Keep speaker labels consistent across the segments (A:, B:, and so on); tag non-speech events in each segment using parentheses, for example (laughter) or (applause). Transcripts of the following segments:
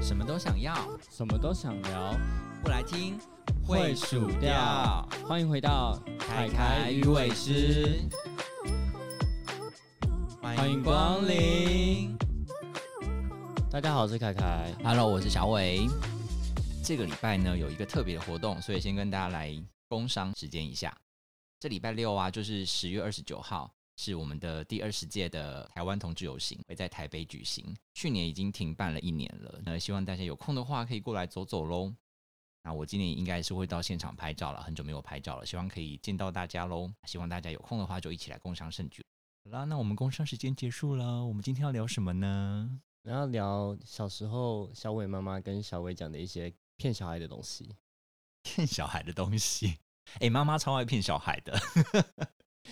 A: 什么都想要，
B: 什么都想聊，
A: 不来听
B: 会数掉。欢迎回到
A: 凯凯与伟师，
B: 欢迎光临。大家好，我是凯凯。
A: Hello，我是小伟。这个礼拜呢有一个特别的活动，所以先跟大家来工商时间一下。这礼拜六啊，就是十月二十九号，是我们的第二十届的台湾同志游行，会在台北举行。去年已经停办了一年了，那希望大家有空的话可以过来走走喽。那我今年应该是会到现场拍照了，很久没有拍照了，希望可以见到大家喽。希望大家有空的话就一起来共商盛举。好啦，那我们工商时间结束了，我们今天要聊什么呢？
B: 然后聊小时候小伟妈妈跟小伟讲的一些骗小孩的东西。
A: 骗小孩的东西。哎、妈妈超爱骗小孩的。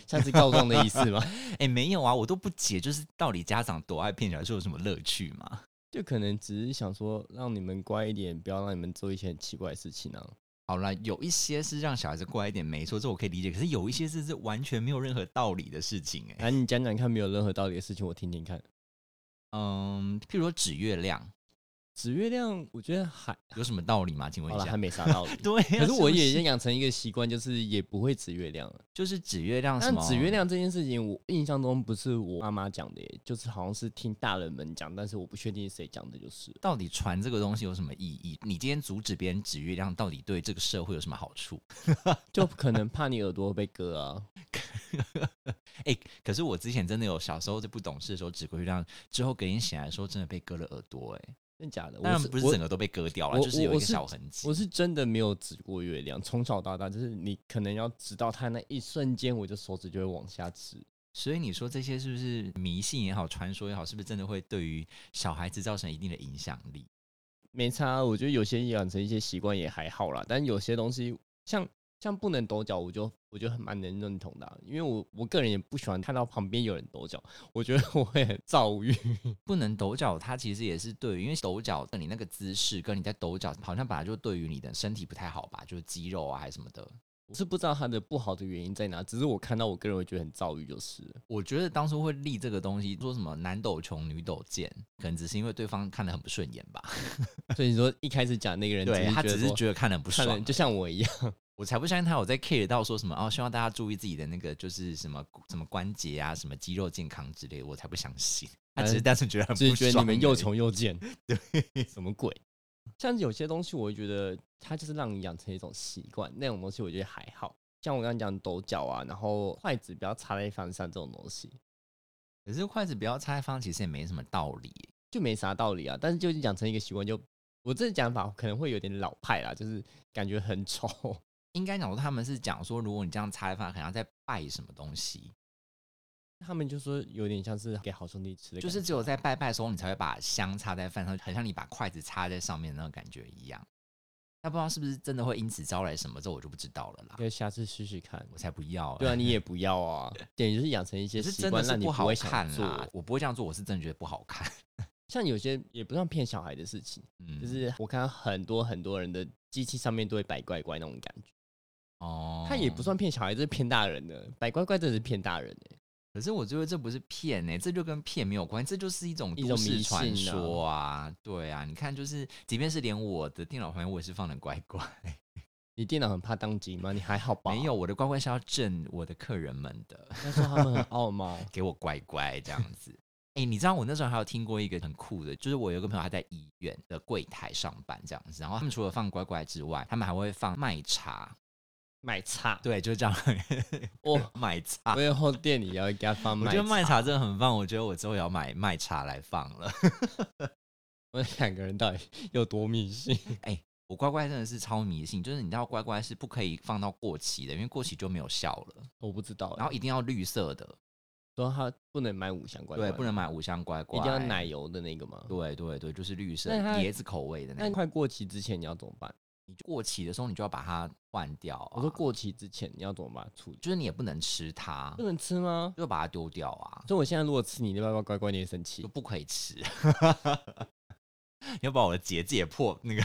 B: 像是告状的意思 (laughs) 吗？
A: 哎、没有啊，我都不解，就是到底家长多爱骗小孩是有什么乐趣吗？
B: 就可能只是想说让你们乖一点，不要让你们做一些很奇怪的事情啊。
A: 好啦，有一些是让小孩子乖一点，没错，这我可以理解。可是有一些是是完全没有任何道理的事情、哎，
B: 来，啊你讲讲看，没有任何道理的事情，我听听看。
A: 嗯，譬如说指月亮
B: 指月亮，我觉得还
A: 有什么道理吗？请问
B: 好
A: 一
B: 了，还
A: 下。。
B: 没啥道 (laughs) 理
A: (laughs) 对啊、
B: 可是我
A: 不
B: 也已经养成一个习惯，就是也不会指月亮了。
A: 就是指月亮什
B: 但
A: 么？
B: 指月亮这件事情，我印象中不是我妈妈讲的耶，就是好像是听大人们讲，但是我不确定是谁讲的，就是
A: 到底传这个东西有什么意义？你今天阻止别人指月亮，到底对这个社会有什么好处？
B: 就可能怕你耳朵被割啊。
A: (laughs) 哎、可是我之前真的有小时候就不懂事的时候指过月亮，之后隔天醒来的时候真的被割了耳朵、哎，
B: 真假的？
A: 当
B: 我
A: 然
B: 是
A: 不是
B: 我
A: 整个都被割掉了，啊
B: 我
A: 就是有一
B: 我
A: 个
B: 是
A: 小痕迹
B: 我。是真的没有指过月亮，从小到大就是你可能要指到它那一瞬间，我就手指就会往下指。
A: 所以你说这些是不是迷信也好，传说也好，是不是真的会对于小孩子造成一定的影响力？
B: 没差，啊我觉得有些养成一些习惯也还好啦，但有些东西像像不能抖脚，我就我觉得很蛮能认同的啊、因为我我个人也不喜欢看到旁边有人抖脚，我觉得我会很 (laughs) 躁郁。
A: 不能抖脚，它其实也是对于，因为抖脚你那个姿势跟你在抖脚，好像本来就对于你的身体不太好吧，就是肌肉啊还是什么的。
B: 我是不知道它的不好的原因在哪，只是我看到我个人会觉得很躁郁就是了。
A: 我觉得当初会立这个东西，说什么男抖穷，女抖贱，可能只是因为对方看得很不顺眼吧。
B: 所以你说一开始讲那个人，
A: 对他只是
B: 说
A: 觉得看得很不
B: 看
A: 爽
B: 人，就像我一样，
A: 我才不相信他有在 care 到说什么哦，希望大家注意自己的那个就是什么什么关节啊，什么肌肉健康之类的，我才不相信。他只是单纯觉得很不
B: 只
A: 爽
B: 呃是
A: 而已，
B: 觉得你们又穷
A: (laughs)
B: 又贱，对，什么鬼？像有些东西，我会觉得它就是让你养成一种习惯，那种东西我觉得还好。像我刚刚讲抖脚啊，然后筷子不要插在饭上这种东西，
A: 可是筷子不要插在方，其实也没什么道理耶。
B: 就没啥道理啊。但是就是养成一个习惯，就我这讲法可能会有点老派啦，就是感觉很丑。 (laughs)
A: 应该讲说他们是讲说，如果你这样插在方，好像在拜什么东西，
B: 他们就说有点像是给好兄弟吃的感觉，
A: 就是只有在拜拜的时候，你才会把香插在饭上，很像你把筷子插在上面那种感觉一样。那不知道是不是真的会因此招来什么，这我就不知道了啦。
B: 可以下次试试看。
A: 我才不要、
B: 对啊，你也不要啊，点就是养成一些
A: 可是
B: 习
A: 真
B: 惯，
A: 的是
B: 让你
A: 不好
B: 会
A: 看
B: 想
A: 啦
B: 做。。
A: 我不会这样做，我是真的觉得不好看。
B: 像有些也不算骗小孩的事情，
A: 嗯，
B: 就是我看到很多很多人的机器上面都会摆乖乖那种感觉，
A: 哦，
B: 他也不。算骗小孩，这是骗大人的。摆乖乖真的是骗大人欸的，
A: 可是我觉得这不是骗呢、这就跟骗没有关系，这就是一种
B: 一
A: 都
B: 种
A: 市
B: 迷
A: 传
B: 信啊
A: 说啊。对啊，你看，就是即便是连我的电脑旁边，我也是放的乖乖，
B: 你电脑很怕当机吗？你还好吧？
A: 没有，我的乖乖是要震我的客人们的，
B: 要说他们很傲慢， (laughs)
A: 给我乖乖这样子。 (laughs) 哎、你知道我那时候还有听过一个很酷的，就是我有一个朋友他在医院的柜台上班这样子，然后他们除了放乖乖之外，他们还会放卖茶，
B: 卖差。
A: 对，就是这样 (laughs)
B: 我
A: 卖茶
B: 我。以后店里也要给他放
A: 我
B: 卖
A: 觉得
B: 茶。
A: 卖茶真的很棒，我觉得我之后也要买卖茶来放了。 (laughs)
B: 我们两个人到底有多迷信？ (laughs)
A: 我乖乖真的是超迷信，就是你知道乖乖是不可以放到过期的，因为过期就没有效了。
B: 我不知道欸。
A: 然后一定要绿色的，
B: 说他不能买五香乖乖，
A: 对，不能买五香乖乖，
B: 一定要奶。油的那个吗？
A: 对对对，就是绿色
B: 那它
A: 椰子口味的那
B: 那
A: 个。
B: 快过期之前你要怎么办？
A: 你就过期的时候，你就要把它换掉、啊。
B: 我说，过期之前你要怎么把它处理？
A: 就是你也不能吃它
B: 不，能吃吗？
A: 就把它丢掉啊，
B: 所以我现在如果吃你的包包乖乖，你也生气
A: 就。不可以吃。 (laughs) 要把我的结界破那个，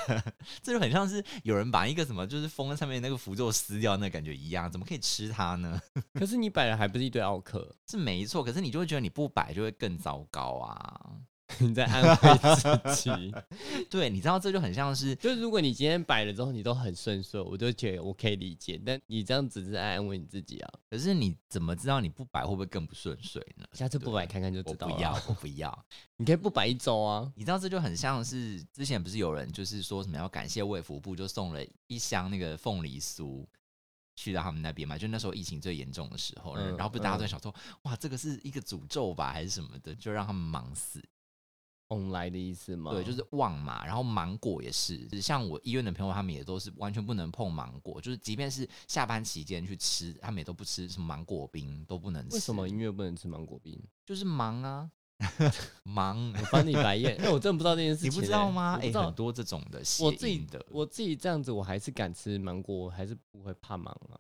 A: 这就很像是有人把一个什么就是风上面那个符咒撕掉那感觉一样，怎么可以吃它呢？ (laughs)
B: 可是你摆的还不是一堆奥克， (laughs)
A: 是没错，可是你就会觉得你不摆就会更糟糕啊。
B: 你在安慰自
A: (laughs)
B: 己。
A: 对，你知道这就很像是
B: 就是如果你今天摆了之后你都很顺遂，我就觉得我可以理解。但你这样只是在安慰你自己啊，
A: 可是你怎么知道你不摆会不会更不顺遂呢？
B: 下次不摆看看就
A: 啊我
B: 知道啊
A: 不
B: 了。
A: 要，我不要。
B: 你可以不摆一周啊。
A: 你知道这就很像是之前不是有人就是说什么要感谢卫福部，就送了一箱那个凤梨酥去到他们那边嘛，就那时候疫情最严重的时候，
B: 嗯
A: 然后不大家都
B: 嗯
A: 在想说，哇，这个是一个诅咒吧，还是什么的，就让他们忙死。
B: on 来的意思吗？
A: 对，就是旺嘛，然后芒果也是，就是像我医院的朋友，他们也都是完全不能碰芒果，就是即便是下班期间去吃，他们也都不吃什么芒果冰，都不能吃。
B: 为什么音乐不能吃芒果冰？
A: 就是忙
B: (laughs)
A: 啊，忙，
B: 我翻你白
A: (laughs)
B: 眼，哎、我真的不知道这件事情、
A: 你不知道吗？哎、
B: 哎、我不知道
A: 很多这种的谐
B: 我自己
A: 音的，我
B: 我自己这样子，我还是敢吃芒果，我还是不会怕芒啊。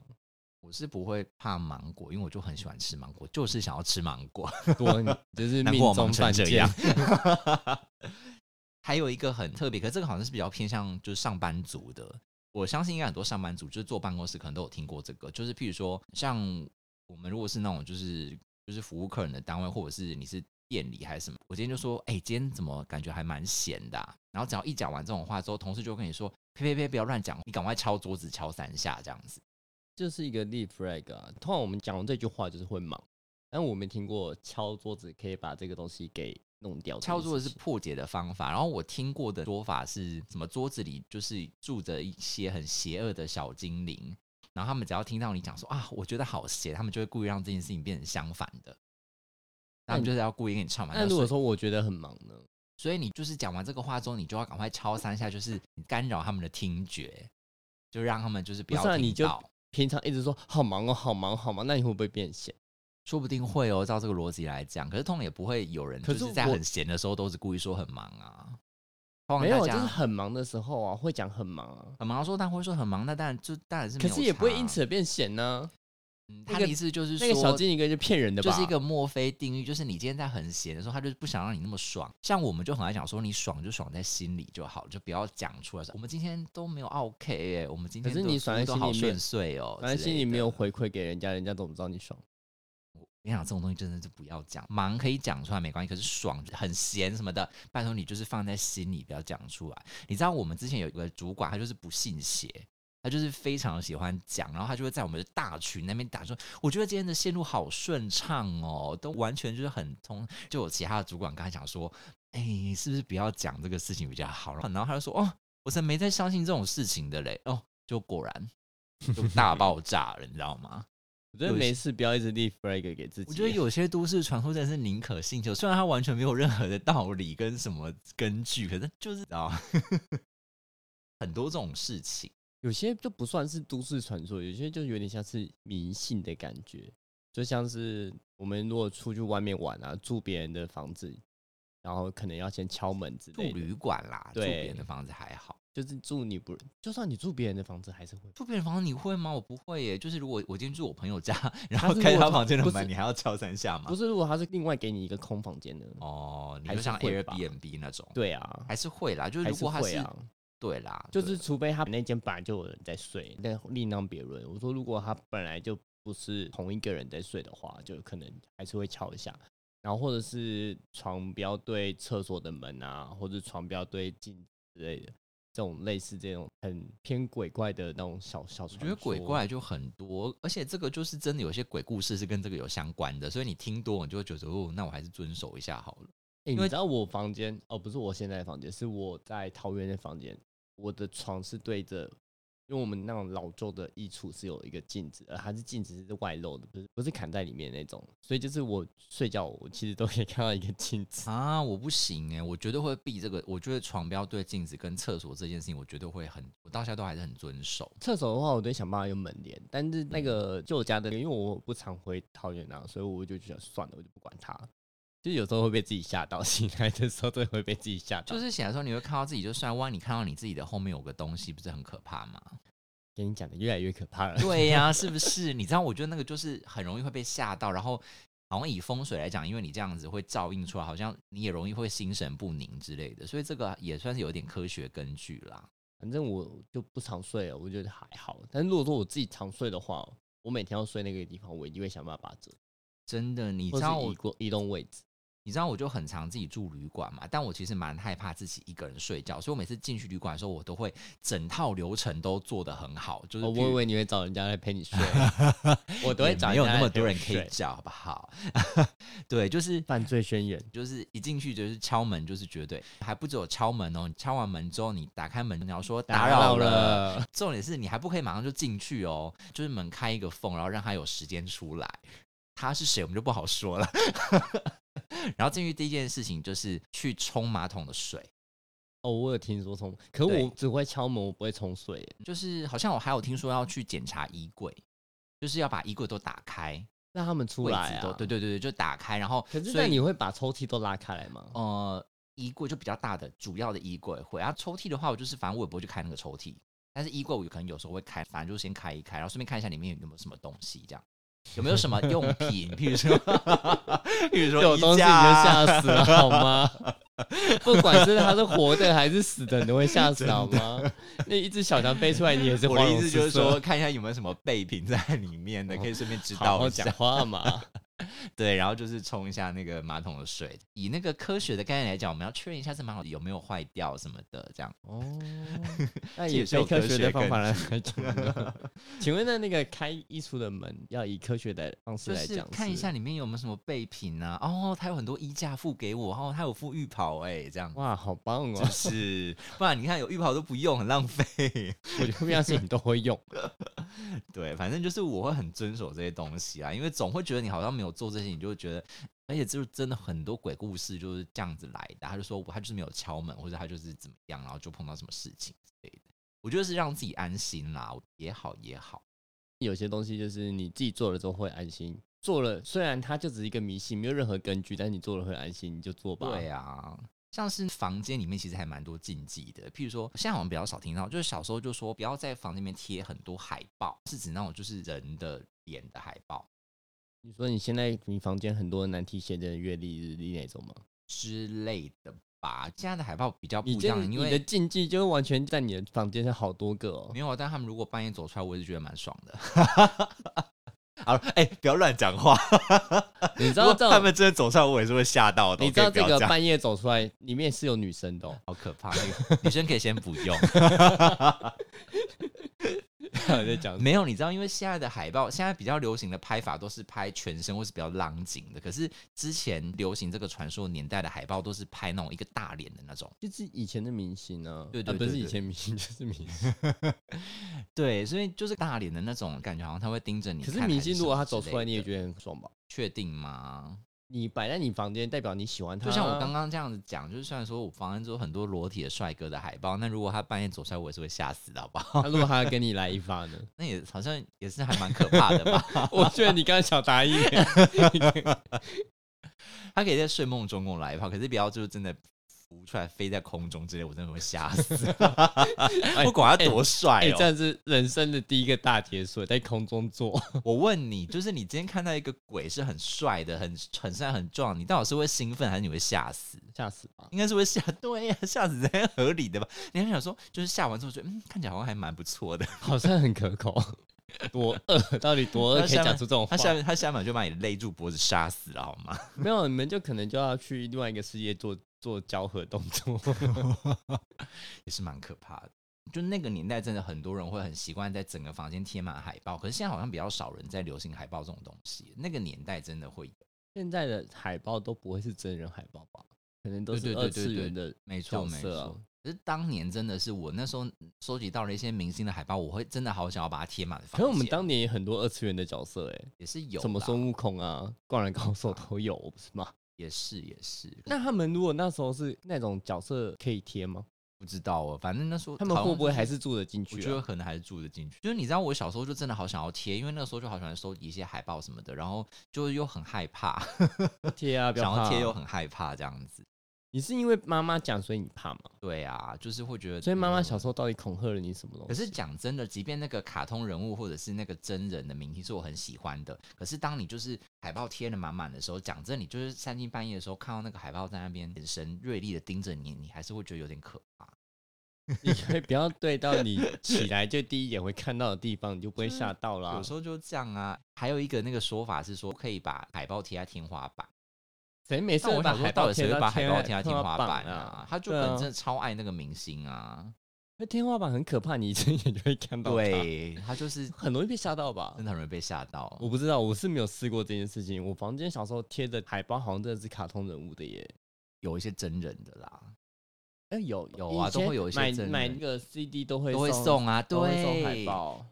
A: 我是不会怕芒果，因为我就很喜欢吃芒果，就是想要吃芒果。 (laughs)
B: 多你就是
A: 难
B: 命
A: 怪我忙
B: 中
A: 成
B: 犯
A: 这
B: 贱
A: 样。。还有一个很特别，可是这个好像是比较偏向就是上班族的。我相信应该很多上班族就是坐办公室可能都有听过这个，就是譬如说像我们如果是那种就是就是服务客人的单位，或者是你是店里还是什么，我今天就说，哎、今天怎么感觉还蛮闲的啊、然后只要一讲完这种话之后，同事就会跟你说，呸呸呸，不要乱讲，你赶快敲桌子敲三下这样子。
B: (laughs) 就是一个立 flag 啊。通常我们讲完这句话就是会忙，但我没听过敲桌子可以把这个东西给弄掉这件
A: 敲
B: 事情。
A: 桌子是破解的方法。然后我听过的说法是，什么桌子里就是住着一些很邪恶的小精灵，然后他们只要听到你讲说啊，我觉得好邪，他们就会故意让这件事情变成相反的。
B: 那
A: 他们就是要故意跟你唱反调。
B: 那如
A: 所
B: 果
A: 以
B: 说我觉得很忙呢？
A: 所以你就是讲完这个话之后，你就要赶快敲三下，就是干扰他们的听觉，就让他们就是不
B: 不
A: 要
B: 是啊你
A: 听
B: 就
A: 到。
B: 平常一直说好忙哦，好忙，好忙，那你会不会变闲？
A: 说不定会哦，照这个逻辑来讲，可是通常也不会有人就
B: 可
A: 是
B: 是
A: 在
B: 我
A: 很闲的时候都是故意说很忙啊。通常
B: 没有啊，
A: 大
B: 就
A: 家
B: 是很忙的时候啊，会讲很忙啊，
A: 很忙说，但会说很忙，那当然就当然是没
B: 可
A: 有
B: 是也不会
A: 差
B: 因此、而变闲呢、
A: 嗯
B: 那
A: 他
B: 个
A: 的意思就是说，
B: 那个小精灵哥就骗人的吧？
A: 就是一个墨菲定律，就是你今天在很闲的时候，他就是不想让你那么爽。像我们就很爱讲说，你爽就爽在心里就好，就不要讲出来说。我们今天都没有 OK 哎、我们今
B: 可
A: 天
B: 是
A: 的
B: 你
A: 服
B: 爽
A: 务
B: 在
A: 都
B: 心
A: 好
B: 里
A: 顺
B: 面
A: 遂哦，
B: 反正
A: 之
B: 心
A: 类
B: 里没有
A: 的。
B: 回馈给人家，人家怎么知道你爽？
A: 你想这种东西真的是不要讲，忙可以讲出来没关系，可是爽很闲什么的，拜托你就是放在心里，不要讲出来。你知道我们之前有一个主管，他就是不信邪，他就是非常喜欢讲，然后他就会在我们的大群那边打说，哎我觉得今天的线路好顺畅哦，都完全就是很通。就有其他的主管跟他讲说，哎、是不是不要讲这个事情比较好？然后他就说，哦，我才没在相信这种事情的嘞，哦，就果然。 (laughs) 就大爆炸了，你知道吗？
B: 我觉得
A: 有
B: 没事，不要一直立 flag 给自己。啊
A: 我觉得有些都市传说真的是宁可信其有，虽然它完全没有任何的道理跟什么根据，可是就是啊，很多这种事情。
B: 有些就不算是都市传说，有些就有点像是迷信的感觉，就像是我们如果出去外面玩啊，住别人的房子，然后可能要先敲门之
A: 住
B: 类的，
A: 旅馆啦，住
B: 对
A: 别人的房子还好，
B: 就是住你不，就算你住别人的房子，还是会。
A: 住别人房子你会吗？我不会耶。就是如果我今天住我朋友家，然
B: 他
A: 后
B: 是
A: 开
B: 如果
A: 他房间的
B: 不是
A: 门，你还要敲三下吗
B: 不？是，如果他是另外给你一个空房间呢？
A: 哦，你
B: 还
A: 就是像
B: 会吧
A: Airbnb 那种，
B: 对啊，
A: 还是会啦。就是
B: 还
A: 如
B: 是
A: 果他
B: 会
A: 是
B: 啊，
A: 对啦，
B: 就是
A: 对
B: 除非他那间本来就有人在睡，但另当别论。我说如果他本来就不是同一个人在睡的话，就可能还是会敲一下，然后或者是床不要对厕所的门啊，或者床不要对镜子之类的，这种类似这种很偏鬼怪的那种小小
A: 我
B: 传
A: 觉得鬼
B: 说
A: 怪就很多，而且这个就是真的有些鬼故事是跟这个有相关的，所以你听多了你就会觉得哦，那我还是遵守一下好了。
B: 欸
A: 因
B: 你
A: 为
B: 知道我房间哦，不是我现在的房间，是我在桃园的房间。我的床是对着，因为我们那种老旧的衣橱是有一个镜子，呃而它是镜子是外露的，不是不是砍在里面那种。所以就是我睡觉，我其实都可以看到一个镜
A: (laughs)
B: 子。
A: 啊，我不行哎、我绝对会避这个。我觉得床不要对镜子跟厕所这件事情，我绝对会很，我到现在都还是很遵守。
B: 厕所的话，我都会想办法用门帘，但是那个旧家的，因为我不常回桃园啊，所以我就觉得算了，我就不管它。就是有时候会被自己吓到，醒来的时候都会被自己吓到。
A: 就是醒来的时候，你会看到自己，就算万一你看到你自己的后面有个东西，不是很可怕吗？ (laughs)
B: 跟你讲的越来越可怕了。
A: 对呀、是不是？你知道，我觉得那个就是很容易会被吓到，然后好像以风水来讲，因为你这样子会照应出来，好像你也容易会心神不宁之类的，所以这个也算是有点科学根据啦。
B: 反正我就不常睡了，我觉得还好。但是如果说我自己常睡的话，我每天要睡那个地方，我一定会想办法把它折，
A: 真的，你知
B: 或是
A: 道我
B: 移过移动位置。
A: 你知道我就很常自己住旅馆嘛，但我其实蛮害怕自己一个人睡觉，所以我每次进去旅馆的时候，我都会整套流程都做得很好，就是
B: 哦，
A: 比
B: 我以
A: 如
B: 为你会找人家来陪
A: (laughs)
B: 你睡，我都会
A: 也
B: 找
A: 没有
B: 家
A: 那
B: 来
A: 么
B: 陪
A: 多
B: 我
A: 人可以
B: 睡
A: 叫，好不好？ (laughs) 对，就是
B: 犯罪宣言。
A: 就是一进去就是敲门，就是绝对还不只有敲门哦，你敲完门之后你打开门，你要说打扰了，
B: 了，
A: 重点是你还不可以马上就进去哦，就是门开一个缝，然后让他有时间出来。他是谁，我们就不好说了。 (laughs) 然后进去第一件事情就是去冲马桶的水，
B: 哦，我有听说冲，可
A: 对
B: 我只会敲门，我不会冲水耶。
A: 就是好像我还有听说要去检查衣柜，就是要把衣柜都打开，
B: 让他们出
A: 柜
B: 来
A: 子
B: 啊
A: 都，对对对对，就打开，然后
B: 可是
A: 所
B: 那
A: 以
B: 你会把抽屉都拉开来吗？
A: 呃衣柜就比较大的主要的衣柜会，然后抽屉的话，我就是反正我也不会去开那个抽屉，但是衣柜我可能有时候会开，反正就先开一开，然后顺便看一下里面有没有什么东西，这样有没有什么用品， (laughs) 譬如说，譬如
B: 这
A: 说
B: 种
A: 衣
B: 东西你就
A: 架啊，
B: 吓死了
A: (laughs)
B: 好吗？不管是它是活的还是死的，你都会吓死好吗？那一只小强飞出来，你也是
A: 我
B: 花
A: 的
B: 容
A: 意思
B: 失
A: 就是
B: 色
A: 说，，看一下有没有什么备品在里面的，可以顺便知
B: 哦好
A: 道
B: 好
A: 一下
B: 讲。
A: (laughs)
B: 话嘛。
A: 对，然后就是冲一下那个马桶的水。以那个科学的概念来讲，我们要确认一下这马桶有没有坏掉什么的，这样。 (laughs)
B: 哦，
A: 这
B: 那以
A: 也是有
B: 非科
A: 科
B: 学
A: 学
B: 的方
A: 根
B: 法来来
A: (laughs)
B: 讲呢，请问那那个开衣橱的门要以科学的方式
A: 就
B: 来
A: 是
B: 讲，
A: 看一下。里面有没有什么备品啊？哦，他有很多衣架付给我，哦，他有付浴袍、哎，这样。
B: 哇，好棒
A: 就
B: 哦！
A: 是，不然你看有浴袍都不用，很浪费。 (laughs)
B: 我觉得不要紧，你都会用。
A: 对，反正就是我会很遵守这些东西啊啦，因为总会觉得你好像没有做这些，你就会觉得，而且就是真的很多鬼故事就是这样子来的。啊他就说我他就是没有敲门，或者他就是怎么样，然后就碰到什么事情之类的。我觉得是让自己安心啦，也好也好。
B: 有些东西就是你自己做了之后会安心，做了虽然它就只是一个迷信，没有任何根据，但是你做了会安心，你就做吧。
A: 对啊，像是房间里面其实还蛮多禁忌的，譬如说现在好像比较少听到，就是小时候就说不要在房间里面贴很多海报，是指那种就是人的脸的海报
B: 你说你现在你房间很多难题写的月历日历那种吗？
A: 之类的吧。现在的海报比较不
B: 你
A: 一
B: 这
A: 样，
B: 你
A: 因
B: 的
A: 为。
B: 禁忌就完全在你的房间上好多个哦
A: 没。有啊，但他们如果半夜走出来，我也是觉得蛮爽的。好，哎、不要乱讲话。
B: 你知
A: 如
B: 道
A: (laughs) 果
B: 这
A: 他
B: 种，
A: 们真的走出来，我也是会吓到的。
B: 你知道
A: OK，不
B: 这
A: 要
B: 个
A: 样
B: 半夜走出来，里面是有女
A: (laughs)
B: 生的、哦。
A: 好可怕，那个女生可以先不用。
B: 我在讲什么
A: 没有，你知道，因为现在的海报，现在比较流行的拍法都是拍全身或是比较浪景的。可是之前流行这个传说年代的海报，都是拍那种一个大脸的那种。
B: (laughs) 就是以前的明星啊，
A: 对
B: 啊
A: 对
B: 不是
A: 对
B: 以
A: 对
B: 前明星就是明星。
A: 对，所以就是大脸的那种感觉，好像他会盯着你
B: 可
A: 看。
B: 是明星如果他走出来，你也
A: 得
B: 觉得很爽吧？
A: 确定吗？
B: 你摆在你房间，代表你喜欢他啊。
A: 就像我刚刚这样子讲，就是虽然说我房间中有很多裸体的帅哥的海报，那如果他半夜走出来，我也是会吓死的，好不好？ (laughs)
B: 那啊如果他跟你来一发呢？
A: 那也好像也是还蛮可怕的吧。
B: 我觉得你刚刚小
A: (laughs)
B: 答应，欸
A: 他可以在睡梦中跟我来一炮，可是不要就是真的浮出来飞在空中之类，我真的会吓
B: (laughs)
A: 死。哎不管他多帅
B: 哎，
A: 哦、
B: 这样是人生的第一个大解锁，在空中做。
A: 我问你，就是你今天看到一个鬼是很帅的、很很帅、很壮，你到底是会兴奋还是你会吓死？
B: 吓死吧！
A: 应该是会吓，对呀、 (laughs) 吓死才合理的吧？你还想说，就是吓完之后觉得，嗯，看起来好像还蛮不错的。
B: (laughs) 好像很可口，多饿， (laughs) 到底多饿可以讲出这种
A: 他？
B: 话
A: 下面他下面就把你勒住脖子杀死了，好吗？
B: (laughs) 没有，你们就可能就要去另外一个世界做 (laughs) 做交合动作。 (laughs)
A: 也是蛮可怕的。就那个年代，真的很多人会很习惯在整个房间贴满海报，可是现在好像比较少人在流行海报这种东西。那个年代真的会有，
B: 现在的海报都不会是真人海报吧？可能都
A: 对
B: 是
A: 对
B: 二
A: 对
B: 次
A: 对对
B: 元的
A: 没错
B: 角
A: 没
B: 色啊
A: 错。。哦可是当年真的是我那时候收集到了一些明星的海报，我会真的好想要把它贴满房间。
B: 可是我们当年也很多二次元的角色哎、
A: 也是有啦，啊
B: 什么孙悟空啊、灌篮高手都有，不是吗？
A: 也是也是，
B: 那他们如果那时候是那种角色可以贴吗？
A: 不知道哦，反正那时候
B: 他们
A: 好像
B: 会不会还
A: 是？
B: 是住得进
A: 我
B: 去、
A: 觉得
B: 啊？
A: 可能还是住得进去。就是你知道，我小时候就真的好想要贴，因为那个时候就好喜欢收集一些海报什么
B: (laughs)
A: 的，然后就又很害怕，
B: (laughs) 贴啊，不要
A: 想
B: 怕
A: 要
B: 啊
A: 贴又很害怕这样子。
B: 你是因为妈妈讲，所以你怕吗？
A: 对啊，就是会觉得，
B: 所以妈妈小时候到底恐吓了你什么
A: 可
B: 东西？
A: 是讲真的，即便那个卡通人物或者是那个真人的明星是我很喜欢的，可是当你就是海报贴的满满的时候，讲真，你就是三更半夜的时候看到那个海报在那边眼神锐利的盯着你，你还是会觉得有点可怕。
B: (laughs) 你可以不要对到你起来就第一眼会看到的地方，你就不会吓到啦
A: 有。时候就这样啊。还有一个那个说法是说，可以把海报贴在天花板。
B: 谁没事
A: 那我
B: 把
A: 想说，
B: 海
A: 到
B: 报
A: 底谁会
B: 贴到
A: 把海报贴在
B: 天
A: 天花板
B: 板啊？
A: 他就可
B: 对啊
A: 能真的超爱那个明星啊，
B: 那天花板很可怕，你一 (laughs) 睁眼就会看到它，
A: 对他就是
B: 很容易被吓到吧
A: 真？的很容易被吓到。
B: 我不知道，我是没有试过这件事情。我房间小时候贴的海报好像真的是卡通人物的耶。
A: 有一些真人的啦，
B: 哎、有
A: 有啊
B: 以前
A: 都会有一些
B: 买
A: 真
B: 买
A: 人
B: 那个 CD 都会
A: 都会送啊，
B: 都会
A: 对，
B: 送海报。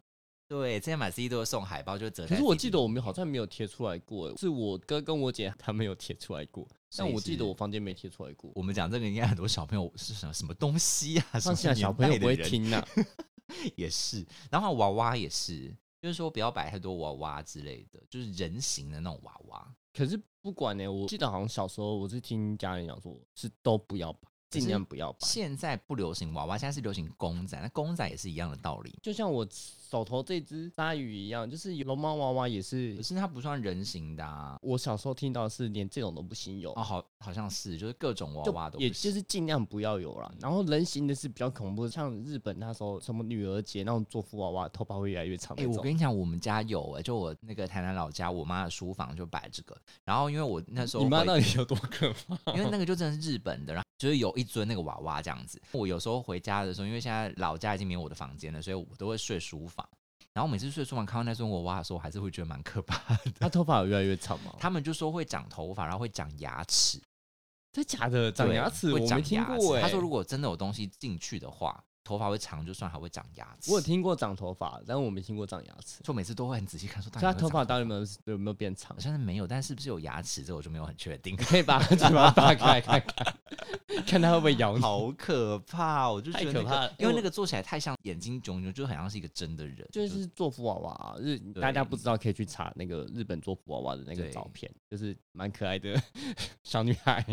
A: 对，之前买 CD 都会送海报，就折在 CD
B: 可
A: 里面。
B: 是我记得我们好像没有贴出来过，是我哥跟我姐他们有贴出来过，
A: 所以
B: 但
A: 是
B: 我记得我房间没贴出来过。
A: 我们讲这个，应该很多小朋友是什么什么东西啊？什
B: 放
A: 么
B: 心啊，
A: 年
B: 小朋友
A: 代的
B: 不会
A: 人
B: 听呐、
A: (laughs) 也是，然后娃娃也是，就是说不要摆太多娃娃之类的，就是人形的那种娃娃，
B: 可是不管呢、我记得好像小时候我是听家人讲说，是都不要摆，尽量不要摆。
A: 现在不流行娃娃，现在是流行公仔，那公仔也是一样的道理。
B: 就像我手头这只鲨鱼一样，就是有龙猫娃娃也是
A: 可是它不算人形的啊，
B: 我小时候听到的是连这种都不行有，
A: 哦，好，好像是，就是各种娃
B: 就
A: 娃都
B: 也
A: 不嗯
B: 就是是尽量不要有啦。然后人形的是比较恐怖的，像日本那时候什么女儿节那种做福娃娃，头发会越来越长
A: 哎、
B: 那
A: 我
B: 种。
A: 跟你讲，我们家有哎、就我那个台南老家，我妈的书房就摆这个。然后因为我那时候
B: 你妈
A: 回
B: 到底有多可怕？
A: 因为那个就真的是日本的，然后就是有一尊那个娃娃这样子。我有时候回家的时候，因为现在老家已经没有我的房间了，所以我都会睡书房。然后每次睡书房看到那尊娃娃的时候，我还是会觉得蛮可怕的。 (laughs)
B: 她头发有越来越长吗？
A: 他们就说会长头发，然后会长牙齿，
B: 真假的长
A: 对
B: 牙齿，我
A: 会长
B: 没听
A: 牙齿
B: 过哎、
A: 他说如果真的有东西进去的话，头发会长就算，还会长牙齿。
B: 我有听过长头发，但我没听过长牙齿。
A: 就每次都会很仔细看，说到
B: 所以
A: 底有
B: 她
A: 没有
B: 头
A: 长
B: 发到底有没有有没有变长 (laughs)
A: 好？像是没有，但是不是有牙齿，这我就没有很确定。
B: 可以把嘴巴打开看看，看它会不会咬你。
A: 好可怕！哦我就觉
B: 太
A: 得、那
B: 可
A: 个、
B: 怕了
A: 因为
B: 因为
A: 那个做起来太像眼睛炯炯，就很像是一个真的人，
B: 就是做福娃娃啊、日
A: 对
B: 大家不知道可以去查那个日本做福娃娃的那个
A: 对
B: 照片，就是蛮可爱的 (laughs) 小女 (laughs) 孩，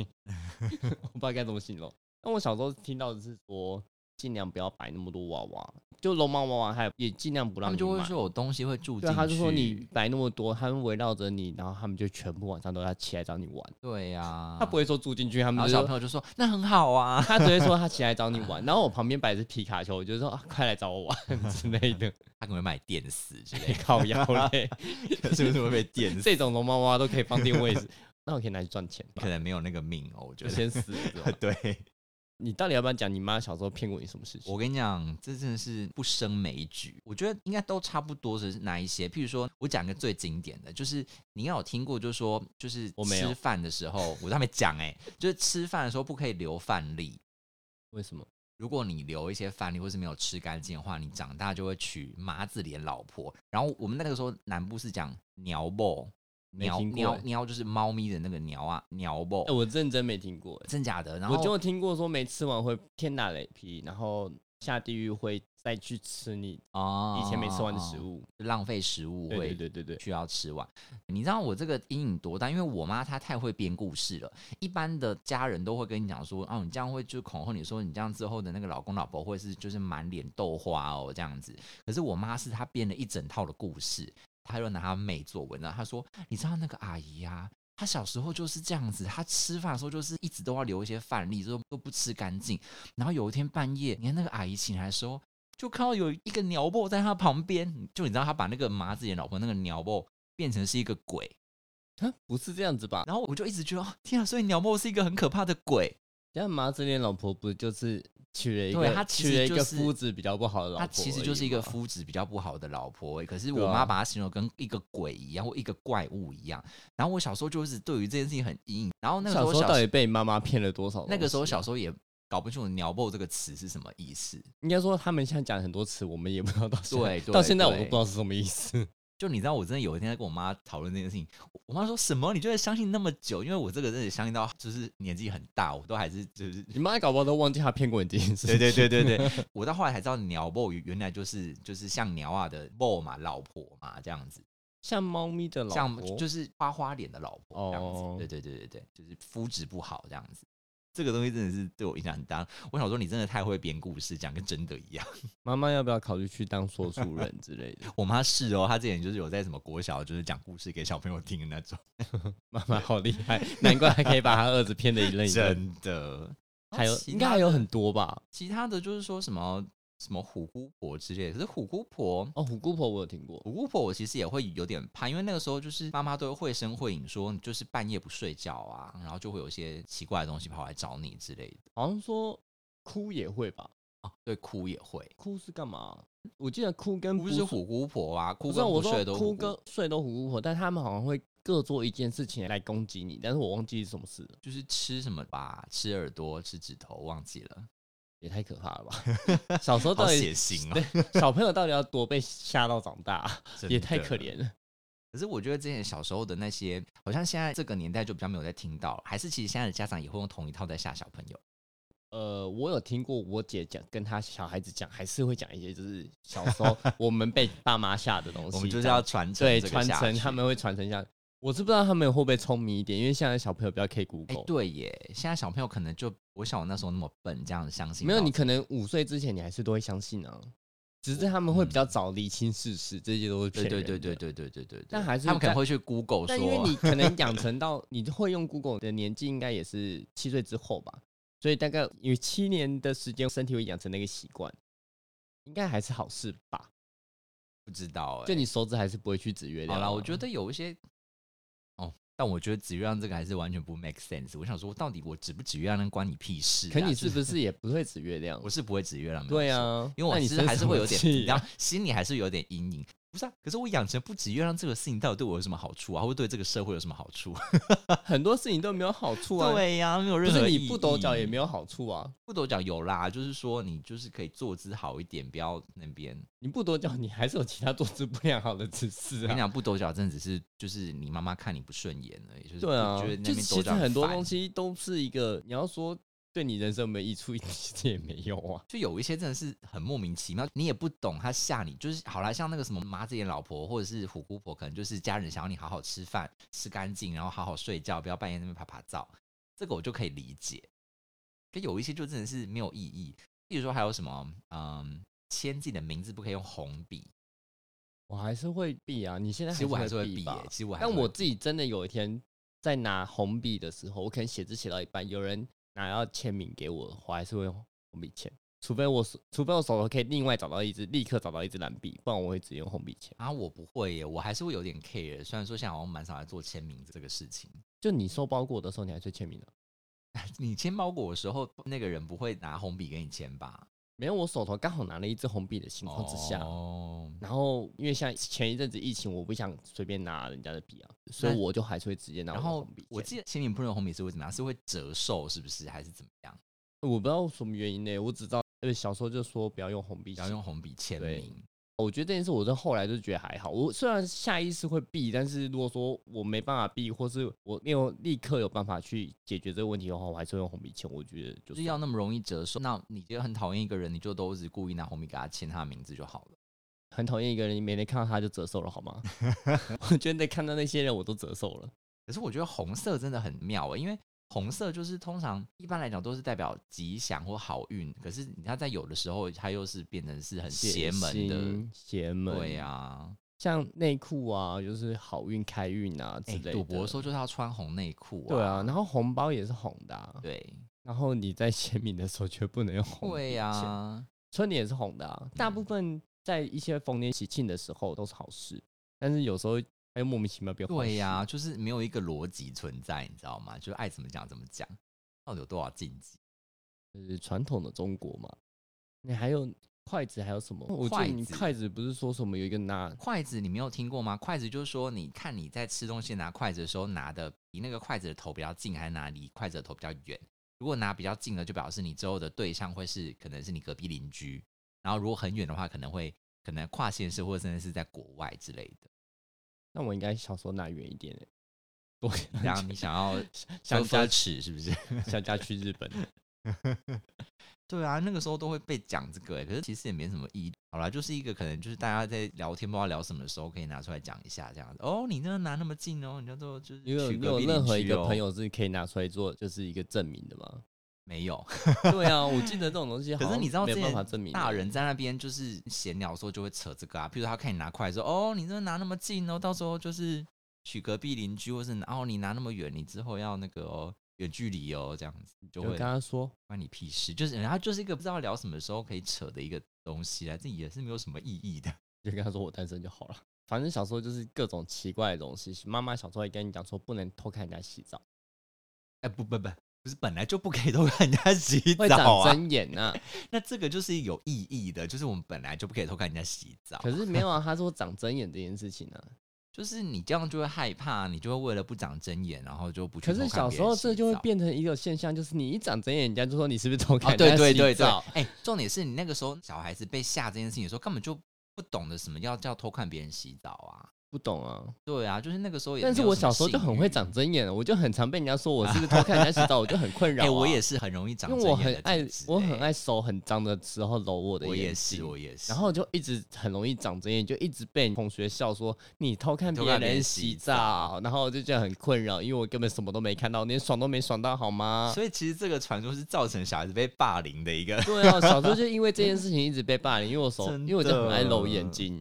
B: 我不知道该怎么形容。那我小时候听到的是说，尽量不要摆那么多娃娃，就龙猫娃娃，还有也尽量不
A: 他
B: 让
A: 们
B: 你
A: 就会
B: 买
A: 说有东西会住进
B: 对，啊
A: 去。
B: 他就说你摆那么多，他们围绕着你，然后他们就全部晚上都要起来找你玩。
A: 对呀、
B: 他不会说住进去，他
A: 然
B: 们
A: 后
B: 就
A: 小
B: 说
A: 朋友就说那很好啊，
B: 他只会说他起来找你玩，然后我旁边摆的是皮卡丘，我就说、啊、快来找我玩之类的， (laughs)
A: 他可能会买电死之类的，
B: 靠腰嘞， (laughs)
A: 是不是会被电死？
B: 这种龙猫娃娃都可以放定位置，那我可以拿去赚钱吧
A: 可，能没有那个命哦，我觉
B: 就
A: 得。
B: 先死了这种。
A: (laughs) 对，
B: 你到底要不要讲你妈小时候骗过你什么事情？
A: 我跟你讲，这真的是不胜枚举。我觉得应该都差不多是哪一些？譬如说，我讲一个最经典的，就是你应该有听过，就是说，就是
B: 我没有
A: 吃饭的时候，我都还没讲哎、就是吃饭的时候不可以留饭粒，
B: 为什么？
A: 如果你留一些饭粒或是没有吃干净的话，你长大就会娶麻子脸老婆。然后我们那个时候南部是讲鸟bộ，
B: 没
A: 鸟
B: 听过
A: 鸟
B: 欸
A: 鸟就是猫咪的那个鸟啊，鸟
B: 哎、
A: bộ，
B: 我认真没听过、欸，
A: 真假的？然
B: 我
A: 后
B: 就听过说没吃完会天打雷劈，然后下地狱会再去吃你
A: 哦
B: 以前没吃完的食，物。
A: 浪费食物
B: 对对
A: 会
B: 对对对，
A: 需要吃完。你知道我这个阴影多大？因为我妈她太会编故事了。一般的家人都会跟你讲说，哦，你这样会就恐吓你说，你这样之后的那个老公老婆会是就是满脸豆花哦这样子。可是我妈是她编了一整套的故事，她就拿她妹做文章，她说，你知道那个阿姨呀、她小时候就是这样子，她吃饭的时候就是一直都要留一些饭粒，都都不吃干净。然后有一天半夜，你看那个阿姨醒来的时候，就看到有一个鸟伯在她旁边，就你知道她把那个麻子眼老婆那个鸟伯变成是一个鬼，
B: 啊不是这样子吧？
A: 然后我就一直觉得，哦、天啊，所以鸟伯是一个很可怕的鬼，
B: 像麻子脸老婆不就是娶了一
A: 对
B: 个，
A: 她其
B: 娶
A: 实
B: 了一
A: 就
B: 个
A: 是
B: 肤质比较不好的老
A: 她
B: 婆而已嘛，
A: 其实就是一个肤质比较不好的老婆、欸可是
B: 对
A: 我
B: 啊
A: 妈把她形容跟一个鬼一样，或一个怪物一样。然后我小时候就是对于这件事情很阴影，然后那个时
B: 小
A: 候
B: 时候
A: 小
B: 到底被妈妈骗了多少东西啊？
A: 那个时候小时候也搞不清楚“鸟伯”这个词是什么意思。
B: 应该说他们现在讲很多词，我们也不知道到现在
A: 对对
B: 到现在我都
A: 对
B: 不知道是什么意思。
A: 就你知道，我真的有一天在跟我妈讨论这件事情，我我妈说什么？你就会相信那么久？因为我这个真的相信到就是年纪很大，我都还是就是
B: 你妈搞不好都忘记她骗过你这 (laughs) 件事。
A: 对对对对对， (laughs) 我到后来才知道鸟豹原来就是就是像鸟啊的豹嘛，老婆嘛这样子，
B: 像猫咪的老
A: 像
B: 婆，
A: 就是花花脸的老婆这样子，
B: 哦
A: 对对对对对，就是肤质不好这样子。这个东西真的是对我影响很大。我想说，你真的太会编故事，讲跟真的一样。 (laughs)
B: 妈妈要不要考虑去当说书人之类的？ (laughs)
A: 我妈是哦，她之前就是有在什么国小，就是讲故事给小朋友听的那
B: (laughs)
A: 种，
B: 妈妈好厉害，难怪还可以把他儿子骗得一愣一愣。
A: 真的。
B: 哎还有
A: 然后其
B: 应该
A: 他
B: 还有
A: 的
B: 很多吧？
A: 其他的就是说什么什么虎姑婆之类的，可是虎姑婆
B: 哦，虎姑婆我有听过，
A: 我姑婆我其实也会有点怕，因为那个时候就是妈妈都会绘声绘影说你就是半夜不睡觉啊，然后就会有一些奇怪的东西跑来找你之类的。
B: 好像说哭也会吧？
A: 哦，对，哭也会，
B: 哭是干嘛？我记得哭跟
A: 哭是虎姑婆啊，哭
B: 不是
A: 跟
B: 我
A: 不
B: 说
A: 睡都
B: 哭
A: 虎姑
B: 跟睡都虎姑婆，但他们好像会各做一件事情来攻击你，但是我忘记是什么事了，
A: 就是吃什么吧，吃耳朵，吃指头，忘记了，
B: 也太可怕了吧！
A: (laughs)
B: 小时候到
A: 好血
B: 底
A: 腥哦，
B: 对小朋友到底要多被吓到长大啊，
A: 真
B: 也太
A: 的
B: 可。怜了。
A: 可是我觉得之前小时候的那些，好像现在这个年代就比较没有在听到，还是其实现在的家长也会用同一套在吓小朋友。
B: 呃，我有听过我姐讲，跟她小孩子讲，还是会讲一些就是小
A: (laughs)
B: 时候我们被爸妈吓的东西，
A: 我们就是
B: 这样
A: 要传承
B: 对
A: 这个
B: 传
A: 下
B: 承，
A: 去
B: 他们会传承下去。我是不知道他们会不会聪明一点，因为现在小朋友比较 K
A: 哎、
B: Google，、
A: 对耶，现在小朋友可能就我想我那时候那么笨，这样相信
B: 没有
A: 到
B: 你可能五岁之前你还是都会相信啊，只是他们会比较早厘清事实，这些都是
A: 嗯对
B: 骗
A: 对
B: 人
A: 对对
B: 的。
A: 对对对对，
B: 但还是
A: 他们可能
B: 在
A: 会去 Google
B: 但因为
A: 说，啊
B: 你可
A: (laughs)
B: 能养成到你会用 Google 的年纪，应该也是七岁之后吧，所以大概有七年的时间，身体会养成那个习惯，应该还是好事吧。
A: 不知道哎、哎
B: 就你手指还是不会去指月亮
A: 好
B: 啊。
A: 啦，我觉得有一些哦，但我觉得指月亮这个还是完全不 make sense。我想说，到底我指不指月亮，那关你屁事、啊？
B: 可你
A: 就是
B: 不是也不会指月亮
A: 我？是不会指月亮，没有
B: 对
A: 错，
B: 啊，
A: 因为我
B: 那你
A: 其实
B: 生
A: 还是
B: 什
A: 会
B: 么
A: 有点，
B: 气
A: 你知道
B: 啊，
A: 心里还是有点阴影。不是啊，可是我养成不指月亮这个事情，到底对我有什么好处啊？或者对这个社会有什么好处？啊 (laughs)
B: 很多事情都没有好处啊。
A: 对呀、没有
B: 不
A: 任何
B: 是
A: 意
B: 你不抖脚
A: 义
B: 也没有好处啊，
A: 不抖脚有啦，就是说你就是可以坐姿好一点，不要那边。
B: 你不抖脚你还是有其他坐姿不良好的姿
A: 我
B: 势
A: 跟你
B: 啊。
A: 讲，不抖脚真的只是就是你妈妈看你不顺眼而已，就是
B: 对啊
A: 就觉得，那
B: 就
A: 边
B: 其
A: 抖
B: 实
A: 脚
B: 很多
A: 烦
B: 东，西都是一个，你要说对你人生有没有益处， (laughs) 其实也没有啊。
A: 就有一些真的是很莫名其妙，你也不懂他吓你，就是好啦，像那个什么麻子眼老婆或者是虎姑婆，可能就是家人想要你好好吃饭、吃干净，然后好好睡觉，不要半夜那边啪啪照，这个我就可以理解。可有一些就真的是没有意义，比如说还有什么，嗯，签自己的名字不可以用红笔，
B: 我还是会避啊，你现在
A: 其实我还是
B: 是
A: 会
B: 避
A: 避、
B: 吧
A: 耶，其实我还是
B: 但
A: 会
B: 我
A: 避
B: 自己真的有一天在拿红笔的时候，我可能写字写到一半，有人拿要签名给我，我还是会用红笔签。除非我手，除非我手头可以另外找到一支，立刻找到一支蓝笔，不然我会直接用红笔签。
A: 啊，我不会耶，我还是会有点 care。虽然说现在好像蛮少来做签名这个事情。 (laughs)
B: 就你收包裹的时候，你还是会签名的、
A: 你签包裹的时候，那个人不会拿红笔给你签吧？
B: 没有，我手头刚好拿了一支红笔的情况之下，
A: 哦，
B: 然后因为像前一阵子疫情，我不想随便拿人家的笔啊，所以
A: 那
B: 我就还是会直接拿我
A: 然
B: 的
A: 后
B: 红笔签。
A: 我记得签名不能红笔是会怎么样？是会折寿是不是？还是怎么样？
B: 我不知道什么原因呢、我只知道呃小时候就说不要用红笔
A: 要
B: 写
A: 用红笔签
B: 对
A: 名。
B: 我觉得这件事，我在后来就觉得还好。我虽然下意识会避，但是如果说我没办法避，或是我没有立刻有办法去解决这个问题的话，我还是会用红笔签。我觉得就
A: 就是
B: 是
A: 要那么容易折寿，那你觉得很讨厌一个人，你就都是故意拿红笔给他签他的名字就好了。
B: 很讨厌一个人，你每天看到他就折寿了，好吗？ (laughs) 我觉得看到那些人，我都折寿了。
A: 可是我觉得红色真的很妙欸，因为红色就是通常一般来讲都是代表吉祥或好运，可是它在有的时候它又是变成是很邪门的，
B: 心，邪门。
A: 对，啊，
B: 像内裤啊，就是好运、开运啊之
A: 哎，
B: 类的。
A: 赌博的时候就是要穿红内裤、啊，
B: 对啊，，然后红包也是红的、啊，
A: 对
B: 然后你在签名的时候却不能用红笔
A: 对嗯
B: 签
A: 啊，
B: 春联也是红的啊。大部分在一些逢年喜庆的时候都是好事，但是有时候还莫名其妙变坏事
A: 对呀、，啊就是没有一个逻辑存在，你知道吗？就是爱怎么讲怎么讲，到底有多少禁忌？
B: 就是传统的中国嘛。你还有筷子，还有什么？我记得
A: 筷
B: 你
A: 子
B: 筷子不是说什么有一个拿
A: 筷子你没有听过吗？筷子就是说，你看你在吃东西拿筷子的时候，拿的离那个筷子的头比较近，还是拿离筷子的头比较远？如果拿比较近的，就表示你之后的对象会是可能是你隔壁邻居；然后如果很远的话，可能会可能跨县市或者甚至是在国外之类
B: (laughs)
A: 的。
B: 那我应该小时候拿远一点欸多
A: 然后你想要
B: 想
A: 想
B: 家
A: 家尺是不
B: (laughs)
A: 是？
B: 想家去日本，
A: 对啊，那个时候都会被讲这个、欸，可是其实也没什么意义。好啦，就是一个可能就是大家在聊天不知道聊什么的时候，可以拿出来讲一下这样子。哦，你那拿那么近哦，你叫做就是
B: 你有
A: 娶
B: 你
A: 隔
B: 有
A: 壁
B: 任
A: 邻
B: 何一
A: 居
B: 个
A: 哦
B: 朋友是可以拿出来做就是一个证明的吗？
A: 没有。
B: 对啊，我记得这种东西好
A: 可
B: 像
A: 是你知道
B: 没
A: 之
B: 有办法证
A: 前
B: 明
A: 大
B: 欸
A: 人在那边就是闲聊的时候就会扯这个啊，譬如他看你拿筷子说：“哦，你这拿那么近哦，到时候就是娶隔壁邻居，或是哦你拿那么远，你之后要那个哦远距离哦，这样子就
B: 我就
A: 会
B: 跟他说，
A: 关你屁事。”就是人家就是一个不知道聊什么时候可以扯的一个东西啊，这也是没有什么意义的。
B: 就跟他说我单身就好了。反正小时候就是各种奇怪的东西，妈妈小时候也跟你讲说不能偷看人家洗澡，
A: 哎，不不不，不是本来就不可以偷看人家洗
B: 会
A: 澡
B: 长
A: 啊，
B: 针眼啊。
A: 那这个就是有意义的，就是我们本来就不可以偷看人家洗澡。
B: 可是没有啊，他说长针眼这件事情啊，
A: 就是你这样就会害怕，你就会为了不长针眼，然后就不去
B: 可
A: 偷看别
B: 是
A: 人洗澡。
B: 小时候这就会变成一个现象，就是你一长针眼，人家就说你是不是偷
A: 哦，
B: 看
A: 对
B: 人家
A: 对
B: 洗
A: 对对，
B: 澡？
A: 哎、重点是你那个时候小孩子被吓这件事情的时候，根本就不懂得什么要叫偷看别人洗澡啊。
B: 不懂啊。
A: 对啊，就是那个时候也没有
B: 但
A: 什
B: 是
A: 么信誉。
B: 我小时候就很会长针眼，啊我就很常被人家说我是不是偷看人家洗澡，我就很困扰
A: (laughs) 哎、
B: 啊。
A: 我也是很容易长
B: 因
A: 针
B: 为
A: 眼
B: 我
A: 的
B: 很爱
A: 体质，
B: 我很
A: 哎，
B: 爱手很脏的时候揉我的
A: 我也
B: 眼
A: 是，
B: 睛，
A: 我也是。
B: 然后就一直很容易长针眼，就一直被同学笑说你偷看
A: 偷
B: 别
A: 看别
B: 人
A: 人
B: 洗
A: 洗
B: 澡，然后我就觉得很困扰，因为我根本什么都没看到，连爽都没爽到，好吗？
A: 所以其实这个传说是造成小孩子被霸凌的一个，
B: (laughs)
A: (laughs)
B: 对啊，小时候就因为这件事情一直被霸凌，因为我手，
A: 真的
B: 因为我就很爱揉眼睛，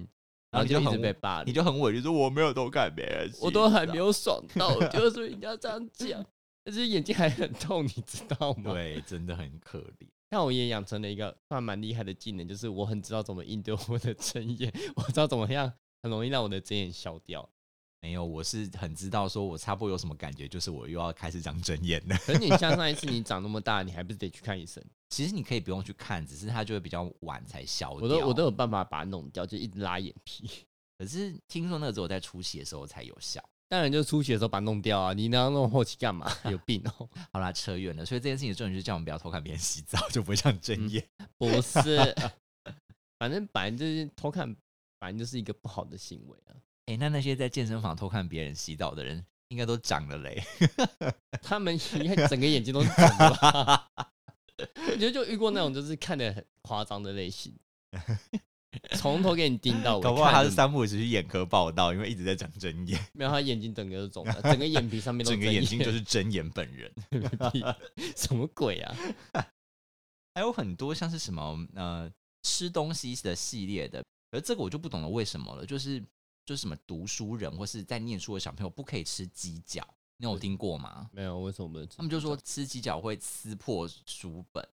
A: 然后
B: 然后
A: 你就
B: 就
A: 很
B: 一直被霸
A: 你
B: 凌，
A: 就很委屈说我没有偷看别人洗澡，
B: 我都还没有爽到，我就说人家这样
A: (laughs)
B: 讲，而且眼睛还很痛，你知道吗？
A: 对，真的很可怜。
B: 但我也养成了一个算蛮厉害的技能，就是我很知道怎么应对我的针眼，我知道怎么样很容易让我的针眼消掉。
A: 没有，我是很知道，说我差不多有什么感觉，就是我又要开始长针眼了。 (laughs)
B: 可是你像上一次你长那么大，你还不是得去看医生？
A: 其实你可以不用去看，只是它就会比较晚才消掉。
B: 我都我都有办法把它弄掉，就一直拉眼皮。
A: 可是听说那个只有在初期的时候才有效。
B: 当然，就出血的时候把它弄掉啊！你那样弄后期干嘛？ (laughs) 有病哦、
A: 好啦，扯远了。所以这件事情重点就是叫我们不要偷看别人洗澡，就不会像
B: 嗯
A: 针眼。
B: 不是， (laughs) 反正反正就是偷看，反正就是一个不好的行为啊。
A: 哎、那那些在健身房偷看别人洗澡的人，应该都长了嘞。
B: 他们应该整个眼睛都是肿的吧？我觉得就遇过那种就是看得很夸张的类型，从头给你盯到尾，
A: 搞不好他是
B: 看着
A: 三不五时去眼科报道，因为一直在长针眼，
B: 你没有他眼睛整个都肿
A: (laughs)
B: 了，整个眼皮上面都
A: 整个眼睛就是是针眼本人。
B: (laughs) 什么鬼啊？
A: 还有很多像是什么呃吃东西的系列的，而这个我就不懂了为什么了，就是就是什么读书人或是在念书的小朋友不可以吃鸡脚，你有听过吗？
B: 没有，为什么不能吃
A: 他们就说吃鸡脚会撕破书本，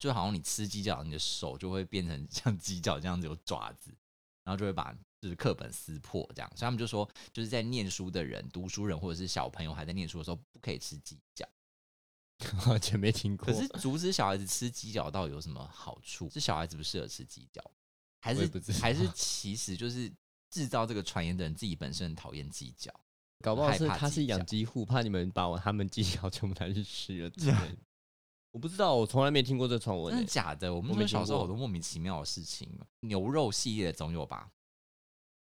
A: 就好像你吃鸡脚，你的手就会变成 (laughs) 像鸡脚这样子有爪子，然后就会把就是课本撕破这样。所以他们就说，就是在念书的人、读书人或者是小朋友还在念书的时候，不可以吃鸡脚。
B: 完全没听过？
A: 可是阻止小孩子吃鸡脚到底有什么好处？是小孩子不适合吃鸡脚，还
B: 我也
A: 是
B: 不知道
A: 还是其实就是制造这个传言的人自己本身很讨厌鸡脚？
B: 搞不好
A: 害
B: 是
A: 怕
B: 他
A: 自己
B: 是养
A: 讲
B: 鸡户，怕你们把我他们鸡脚全部拿去吃了之类
A: (laughs)
B: 的。我不知道，我从来没听过这传闻
A: 真的
B: 欸。
A: 假的？我们
B: 我
A: 那
B: 没
A: 时候小时候
B: 听过
A: 好多莫名其妙的事情哦，牛肉系列总有吧？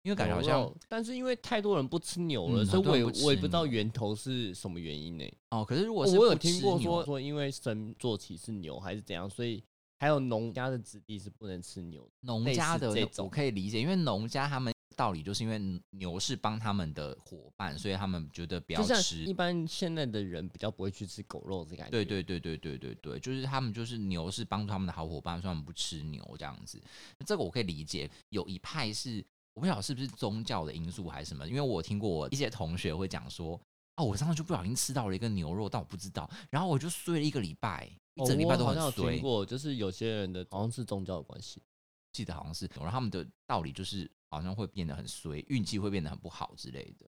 A: 因为感觉好
B: 牛
A: 像
B: 肉，但是因为太多人不吃牛了，
A: 嗯
B: 所
A: 很
B: 以
A: 多
B: 我也
A: 人不吃
B: 我也不知道
A: 牛
B: 源头是什么原因欸呢、
A: 哦，可是如
B: 我
A: 果是
B: 有
A: 不吃
B: 听过
A: 牛
B: 说说，因为神坐骑是牛还是怎样，所以还有农家的子弟是不能吃牛的。
A: 农
B: 类
A: 家
B: 似
A: 的
B: 这
A: 那，
B: 种
A: 我可以理解，因为农家他们道理就是因为牛是帮他们的伙伴，所以他们觉得不要
B: 就像
A: 吃
B: 一般现在的人比较不会去吃狗肉的感觉。
A: 对对对对对对对，就是他们就是牛是帮助他们的好伙伴，所以他们不吃牛这样子。这个我可以理解。有一派是我不晓得是不是宗教的因素还是什么，因为我听过我一些同学会讲说，哦，我上次就不小心吃到了一个牛肉，但我不知道，然后我就衰了一个礼拜，一
B: 哦，
A: 整礼拜
B: 我
A: 都
B: 好
A: 很
B: 像有
A: 衰
B: 听。过，就是有些人的好像是宗教的关系。
A: 记得好像是，然后他们的道理就是好像会变得很衰，运气会变得很不好之类的。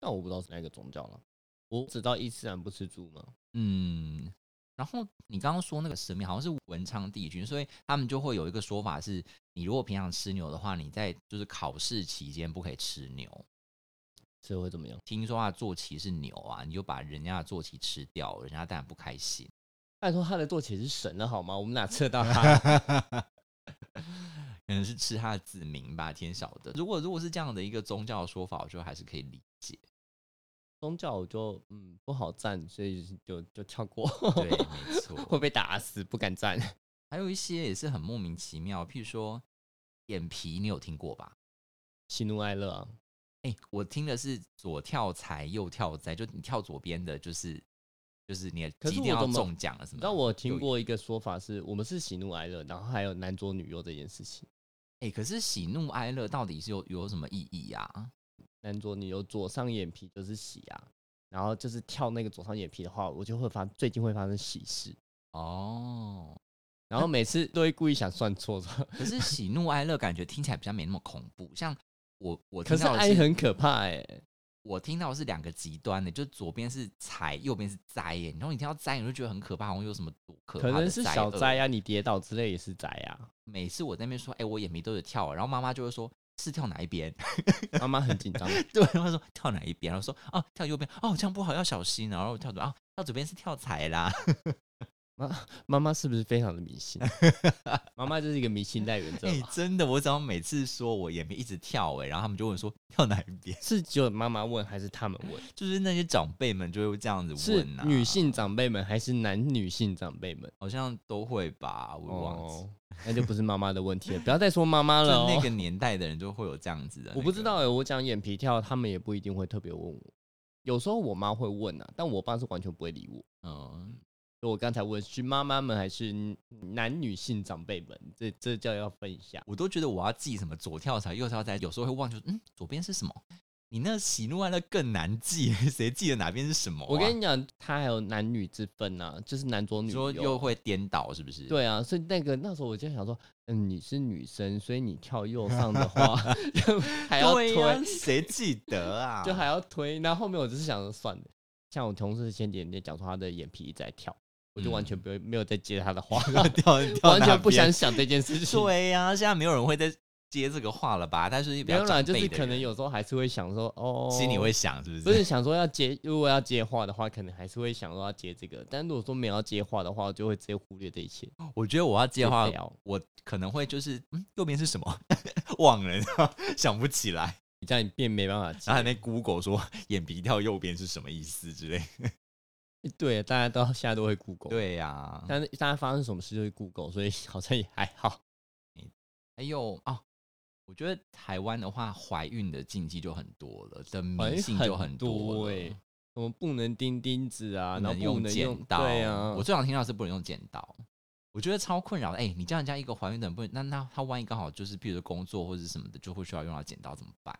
B: 但我不知道是哪一个宗教了。我只知道伊斯兰不吃猪嘛，
A: 嗯，然后你刚刚说那个神明好像是文昌帝君，所以他们就会有一个说法是，你如果平常吃牛的话，你在就是考试期间不可以吃牛。
B: 所以会怎么样？
A: 听说他的坐骑是牛啊，你就把人家的坐骑吃掉，人家当然不开心。
B: 拜托，他的坐骑是神了好吗？我们哪吃得到他？
A: 可能是吃他的子民吧，天晓得。如果如果是这样的一个宗教的说法，我觉得还是可以理解。
B: (laughs) 宗教我就嗯不好站，所以就就跳过， (laughs)
A: 对，没错。
B: 会被打死，不敢站。
A: 还有一些也是很莫名其妙，譬如说眼皮，你有听过吧？
B: 喜怒哀乐啊，
A: 哎、我听的是左跳财右跳灾，就你跳左边的，就是就是你
B: 可
A: 的
B: 是
A: 一定
B: 我
A: 要
B: 怎么
A: 中奖了什
B: 你
A: 么的？
B: 知道我
A: 有
B: 听过一个说法是，我们是喜怒哀乐，然后还有男左女右这件事情。
A: 哎、可是喜怒哀乐到底是有有什么意义啊？
B: 男左女右，左上眼皮就是喜啊，然后就是跳那个左上眼皮的话，我就会发最近会发生喜事，
A: 哦，
B: 然后每次都会故意想算错，
A: (laughs) 可是喜怒哀乐感觉听起来比较没那么恐怖，像我我
B: 可
A: 听
B: 是
A: 到的是
B: 哀很可怕哎、
A: 我听到的是两个极端的，就是左边是财，右边是灾耶。然后你听到灾，你就觉得很可怕，好像有什么多可怕
B: 可
A: 的
B: 能是小
A: 恶
B: 灾啊，你跌倒之类也是灾啊。
A: 每次我在那边说，哎、我眼皮都有跳，然后妈妈就会说是跳哪一边？
B: 妈妈很紧
A: (laughs)
B: 张，
A: 对，她说跳哪一边？然后说哦，跳右边，哦，这样不好，要小心。然后我跳左，啊，跳左边是跳财
B: (laughs)
A: 啦。
B: 妈妈是不是非常的
A: (laughs)
B: 迷信？妈妈就是一个迷信代言者
A: 哎、
B: 吧？
A: 真的，我只要每次说我眼皮一直跳、哎，然后他们就问说跳哪一边， (laughs)
B: 是只有妈妈问还是他们问？
A: 就是那些长辈们就会这样子
B: 是
A: 问啊，
B: 女性长辈们还是男女性长辈们？
A: 好像都会吧，我忘记。
B: 哦，那就不是妈妈的问题了，不要再说妈妈
A: 就
B: 了、哦。
A: 那个年代的人就会有这样子的、
B: (laughs) 我不知，道哎、我讲眼皮跳，他们也不一定会特别问我。有时候我妈会问啊，但我爸是完全不会理我。
A: 嗯，
B: 就我刚才问是妈妈们还是男女性长辈们，这这叫要分一下。
A: 我都觉得我要记什么左跳财右跳财，有时候会忘记，嗯，左边是什么？你那喜怒哀乐更难记， (laughs) 谁记得哪边是什么啊、
B: 我跟你讲，他还有男女之分呐、就是男左
A: 你
B: 女
A: 说又
B: 右。
A: 会颠倒，是不是？，
B: 对啊，所以那个那时候我就想说，嗯，你是女生，所以你跳右上的话 (laughs) 就还要
A: 对
B: 推，
A: 呀、 (laughs) 谁记得啊？
B: (laughs) 就还要推。那后面我只是想说算了，像我同事前几天讲说他的眼皮一直在跳，我就完
A: 嗯
B: 全不会没有再接他
A: (laughs)
B: 的话，
A: (laughs)
B: (laughs)
A: 掉掉
B: 完全不
A: 相
B: 想
A: 信。
B: 想这件事情。
A: 对啊呀、现在没有人会再接这个话了吧？但是比
B: 没
A: 较
B: 有啦，
A: 长
B: 就
A: 辈
B: 是
A: 的
B: 可能
A: 人
B: 有时候还是会想说，哦，
A: 心里会想，是不是？
B: 不是想说要接，如果要接话的话，可能还是会想说要接这个。但如果说没有要接话的话，我就会直接忽略这一切。
A: 我觉得我要接的话
B: 就聊，
A: 我可能会就是嗯，右边是什么？ (laughs) 忘了，想不起来。
B: 你这样你便没办法接。
A: 然后还在 Google 说眼皮跳右边是什么意思之类。
B: 对，大家都现在都会 Google。，
A: 对啊呀、
B: 哦但是大家发生什么事就会 Google，所以好像也还好。
A: 还有哦，我觉得台湾的话，怀孕的禁忌就很多了，的
B: 反
A: 迷
B: 正
A: 信就
B: 哎很
A: 多了。
B: 哎、什么不能钉钉子啊，
A: 不
B: 然后
A: 能
B: 不
A: 用
B: 能
A: 剪
B: 用
A: 刀，
B: 对啊，
A: 我最常听到的是不能用剪刀，我觉得超困扰的。哎、你叫人家一个怀孕的人不能，那那他万一刚好就是，比如说工作或者是什么的，就会需要用到剪刀，怎么办？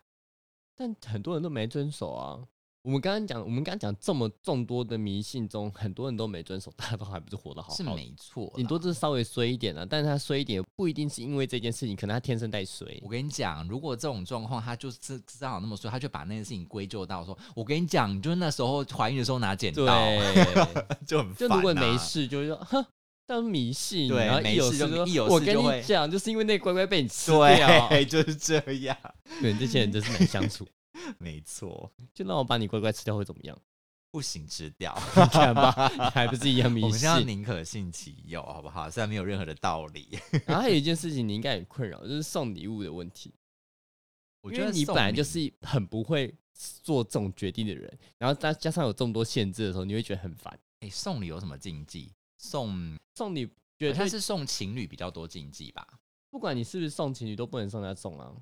B: 但很多人都没遵守啊。我们刚刚讲，我们刚刚讲这么众多的迷信中，很多人都没遵守，大家都还不是活得好
A: 是
B: 好的。
A: 没错啦，
B: 顶多就是稍微衰一点了、但是他衰一点不一定是因为这件事情，可能他天生带衰
A: 我。跟你讲，如果这种状况，他就是正好那么说，他就把那件事情归咎到说，我跟你讲，你就是那时候怀孕的时候拿剪刀，
B: 对，
A: (laughs) 就很
B: 就
A: 啊烦
B: 如果
A: 啊
B: 没，事，就会说哼，当迷信。
A: 对
B: 然后
A: 没
B: 一有
A: 事
B: 事
A: 就
B: 说
A: 一有
B: 我
A: 事
B: 跟
A: 就
B: 你
A: 会
B: 讲，就是因为那乖乖被你吃
A: (laughs)
B: 掉。啊
A: 对，啊就是这样，
B: 对，这些人真是难相处。
A: 没错，
B: 就让我把你乖乖吃掉会怎么样？
A: 不行，吃掉。 (laughs)
B: (laughs) 你看吧，你还不是一样迷
A: 我们现在
B: 信。
A: 宁可信其有，好不好？虽然没有任何的道理，
B: 然后还有一件事情，你应该很困扰，就是送礼物的问题。
A: 我
B: 因
A: 觉
B: 为
A: 得
B: 你
A: 送
B: 本来就
A: 礼
B: 是很不会做这种决定的人，然后再加上有这么多限制的时候，你会觉得很烦。
A: 哎、送礼有什么禁忌？送
B: 送礼，觉得
A: 他
B: 他
A: 是送情侣比较多禁忌吧？
B: 不管你是不是送情侣，都不能送他送啊。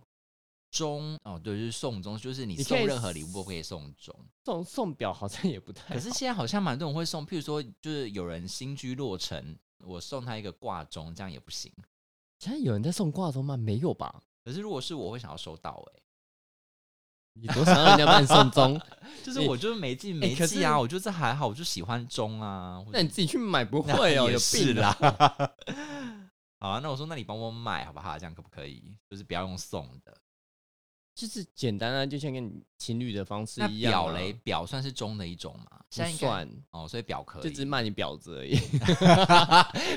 A: 中哦，对，就是送中，就是你
B: 你
A: 送
B: 可以
A: 任何礼物都可以送中。
B: 送送表好像也不
A: 可
B: 太好。
A: 是现在好像蛮多人会送，譬如说，就是有人新居落成，我送他一个挂钟，这样也不行。
B: 现在有人在送挂钟吗？没有吧？
A: 可是如果是我会想要收到、欸，
B: 你多想让人家帮你
A: (laughs)
B: 送钟，
A: 就是
B: 你
A: 我就是没进没
B: 可
A: 记啊，
B: 是
A: 我觉得这还好，我就喜欢钟啊。或者
B: 那你自己去买
A: (laughs)
B: 不会哦，
A: 也
B: 有
A: 是
B: 病
A: 啦
B: 啊！。
A: (laughs) 好啊，那我说，那你帮我买好不好？这样可不可以？就是不要用送的。
B: 就是简单啊，就像跟你情侣的方式
A: 那
B: 一样、啊。
A: 表雷表算是钟的一种嘛？
B: 不
A: 现在应该
B: 算，
A: 哦，所以表可
B: 就
A: 以，
B: (laughs) 只是骂你婊子而已。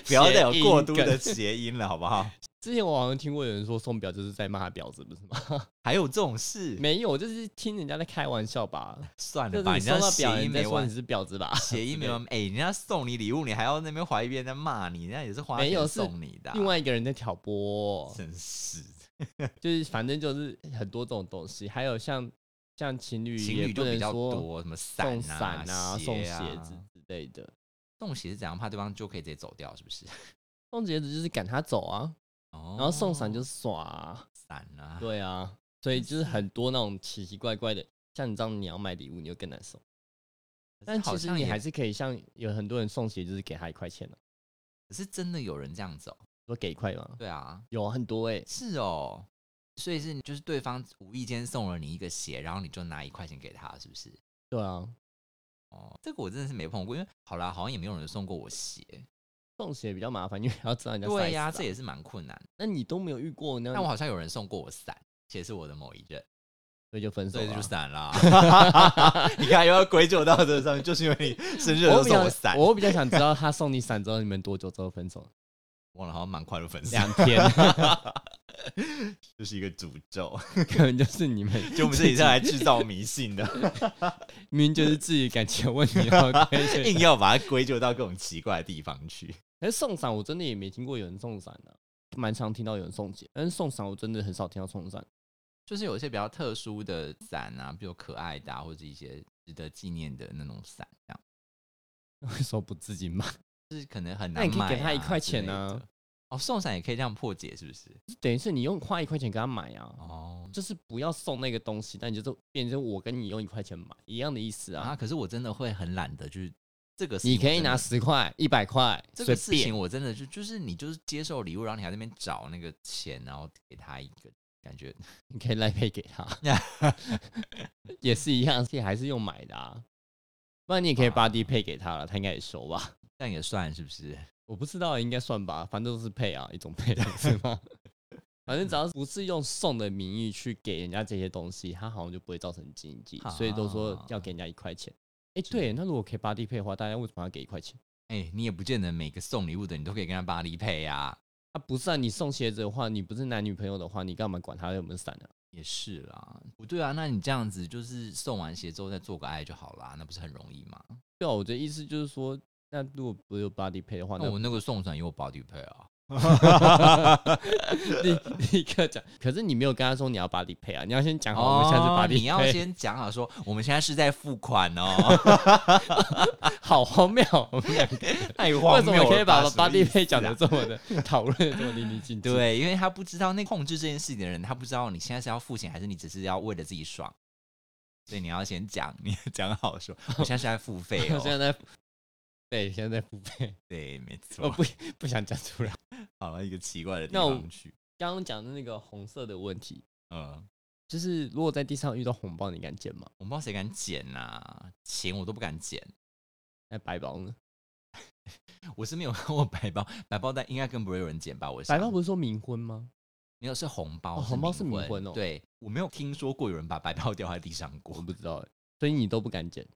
A: 不要再有
B: 谐音
A: 过度
B: 梗
A: 的谐音了，好不好？
B: 之前我好像听过有人说送表就是在骂他婊子，不是吗？
A: (laughs) 还有这种事，
B: 没有，就是听人家在开玩笑吧。
A: 算
B: 就
A: 了
B: 是
A: 吧，啊
B: 你
A: 你那
B: 收到
A: 谐
B: 表，
A: 音
B: 人家
A: 没
B: 说
A: 完
B: 你，是婊子吧？
A: 谐音没完。哎，人家送你礼物，你还要那边怀疑别人在骂你，人家也是花
B: 没有
A: 钱
B: 是
A: 送你的啊，
B: 另外一个人在挑拨，
A: 真是的
B: 就是反正就是很多这种东西，还有像像情侣
A: 情
B: 也
A: 侣
B: 不
A: 就比
B: 能
A: 较
B: 说
A: 多，什么伞
B: 送伞
A: 啊、
B: 送
A: 啊
B: 鞋子，之类的，
A: 送鞋子怎样怕对方就可以直接走掉，是不 (laughs) 是？
B: 送鞋子就是赶他走啊，
A: 哦
B: 然后送伞就是耍、啊，
A: 伞啊，
B: 对啊，所以就是很多那种奇奇怪怪的，像你这样你要买礼物你就更难送，但
A: 好
B: 其实
A: 像
B: 你
A: 也
B: 还是可以像有很多人送鞋，就是给他一块钱的、啊
A: 可是真的有人这样子哦、
B: 说给一块吗？
A: 对啊，
B: 有啊很多哎、
A: 是哦，所以是就是对方无意间送了你一个鞋，然后你就拿一块钱给他，是不是？
B: 对啊，
A: 哦，这个我真的是没碰过，因为好啦，好像也没有人送过我鞋。
B: 送鞋比较麻烦，因为还要知道人家 size
A: 对呀、
B: 啊
A: 这也是蛮困难的。
B: 那你都没有遇过那
A: 但我
B: 样，
A: 好像有人送过我伞，且是我的某一任，
B: 所以就分手
A: 所以
B: 了
A: 就
B: 啊。
A: 散啦。 (laughs) 你看又要归咎到这上面，就是因为你生日的时候
B: 我比
A: 送我
B: 较，
A: 伞，
B: 我比较想知道他送你伞之后，你们多久之后分手？
A: 忘了好像蛮快乐分手，
B: 两天，啊
A: 就是一个诅 (laughs) 咒。
B: (laughs) 可能就是你们
A: 就我们这里是来制造迷信的，
B: 明明就是自己感情有问题，然后可
A: (laughs)
B: 以
A: 硬要把它归咎到各种奇怪的地方去。
B: 可是送伞我真的也没听过有人送伞的、蛮常听到有人送钱，但是送伞我真的很少听到送 (laughs) 伞。
A: 就是有一些比较特殊的伞啊，比如可爱的、啊、或者一些值得纪念的那种伞，这样
B: 为什么不自己买？ (laughs)
A: 就是可能很
B: 那
A: 难
B: 你可以
A: 卖、啊。
B: 给他一块钱啊
A: 呢？哦，送伞也可以这样破解，是不是？
B: 等于是你用花一块钱给他买啊，
A: 哦，
B: 就是不要送那个东西，但你就是变成我跟你用一块钱买一样的意思啊。
A: 啊，可是我真的会很懒得去这个事情
B: 你
A: 我真
B: 可
A: 的。
B: 以拿十块、一百块，
A: 这
B: 随
A: 个事
B: 便
A: 情，。我真的就就是你就是接受礼物，然后你还在那边找那个钱，然后给他一个感觉。 (laughs)
B: 你可以赖配给他，也是一样，这还是用买的啊。不然你也可以
A: 啊
B: body 配给他了，他应该也收吧？ (laughs)
A: 这样也算是不是？
B: 我不知道，应该算吧，反正都是配啊，一种配是吗？ (laughs) 反正只要不是用送的名义去给人家这些东西，他好像就不会造成经济，所以都说要给人家一块钱。哎、对，那如果可以 body 配的话，大家为什么要给一块钱？
A: 哎、你也不见得每个送礼物的你都可以跟他巴黎配啊，
B: 啊，不是啊，你送鞋子的话，你不是男女朋友的话，你干嘛管他有没有伞啊？
A: 也是啦，不对啊，那你这样子就是送完鞋之后再做个爱就好啦，那不是很容易吗？
B: 对啊，我的意思就是说，那如果不有 body 配的话，
A: 那
B: 那
A: 我那个送伞也有保底配啊，
B: (laughs) 立立刻讲。可是你没有跟他说你要 body 配啊，你要先讲好，我们下次
A: 哦
B: body 配。
A: 你要先讲好说，我们现在是在付款哦，
B: (laughs) 好荒谬，我们两个
A: (laughs) 太
B: (laughs) 为
A: 荒
B: 什
A: 谬了
B: 么
A: 吧
B: 可以
A: 什
B: 把
A: 么
B: body
A: 意思
B: pay 讲的
A: 啊
B: 这么的 (laughs) 讨论得这么淋漓尽致？，
A: 对，因为他不知道那控制这件事情的人，他不知道你现在是要付钱，还是你只是要为了自己爽。所以你要先讲，你要讲好说，我现在是在付费
B: 我 (laughs) 现
A: 哦。
B: 在在对现在在付费，
A: 对，没错，
B: 我不 (laughs) 不想讲出来。
A: 跑到一个奇怪的地
B: 哦那我
A: 方去。
B: 刚刚讲的那个红色的问题，
A: 嗯，
B: 就是如果在地上遇到红包，你敢捡吗？
A: 我不知道谁敢捡呐、钱我都不敢捡。
B: 那哎白包呢？
A: 我是没有看过白包，白包但应该更不会有人捡吧？我想
B: 白包不是说冥婚吗？
A: 没有是红包，
B: 哦红包是冥
A: 婚
B: 婚哦
A: 对，我没有听说过有人把白包掉在地上
B: 我
A: 过。
B: 不知道欸，所以你都不敢捡。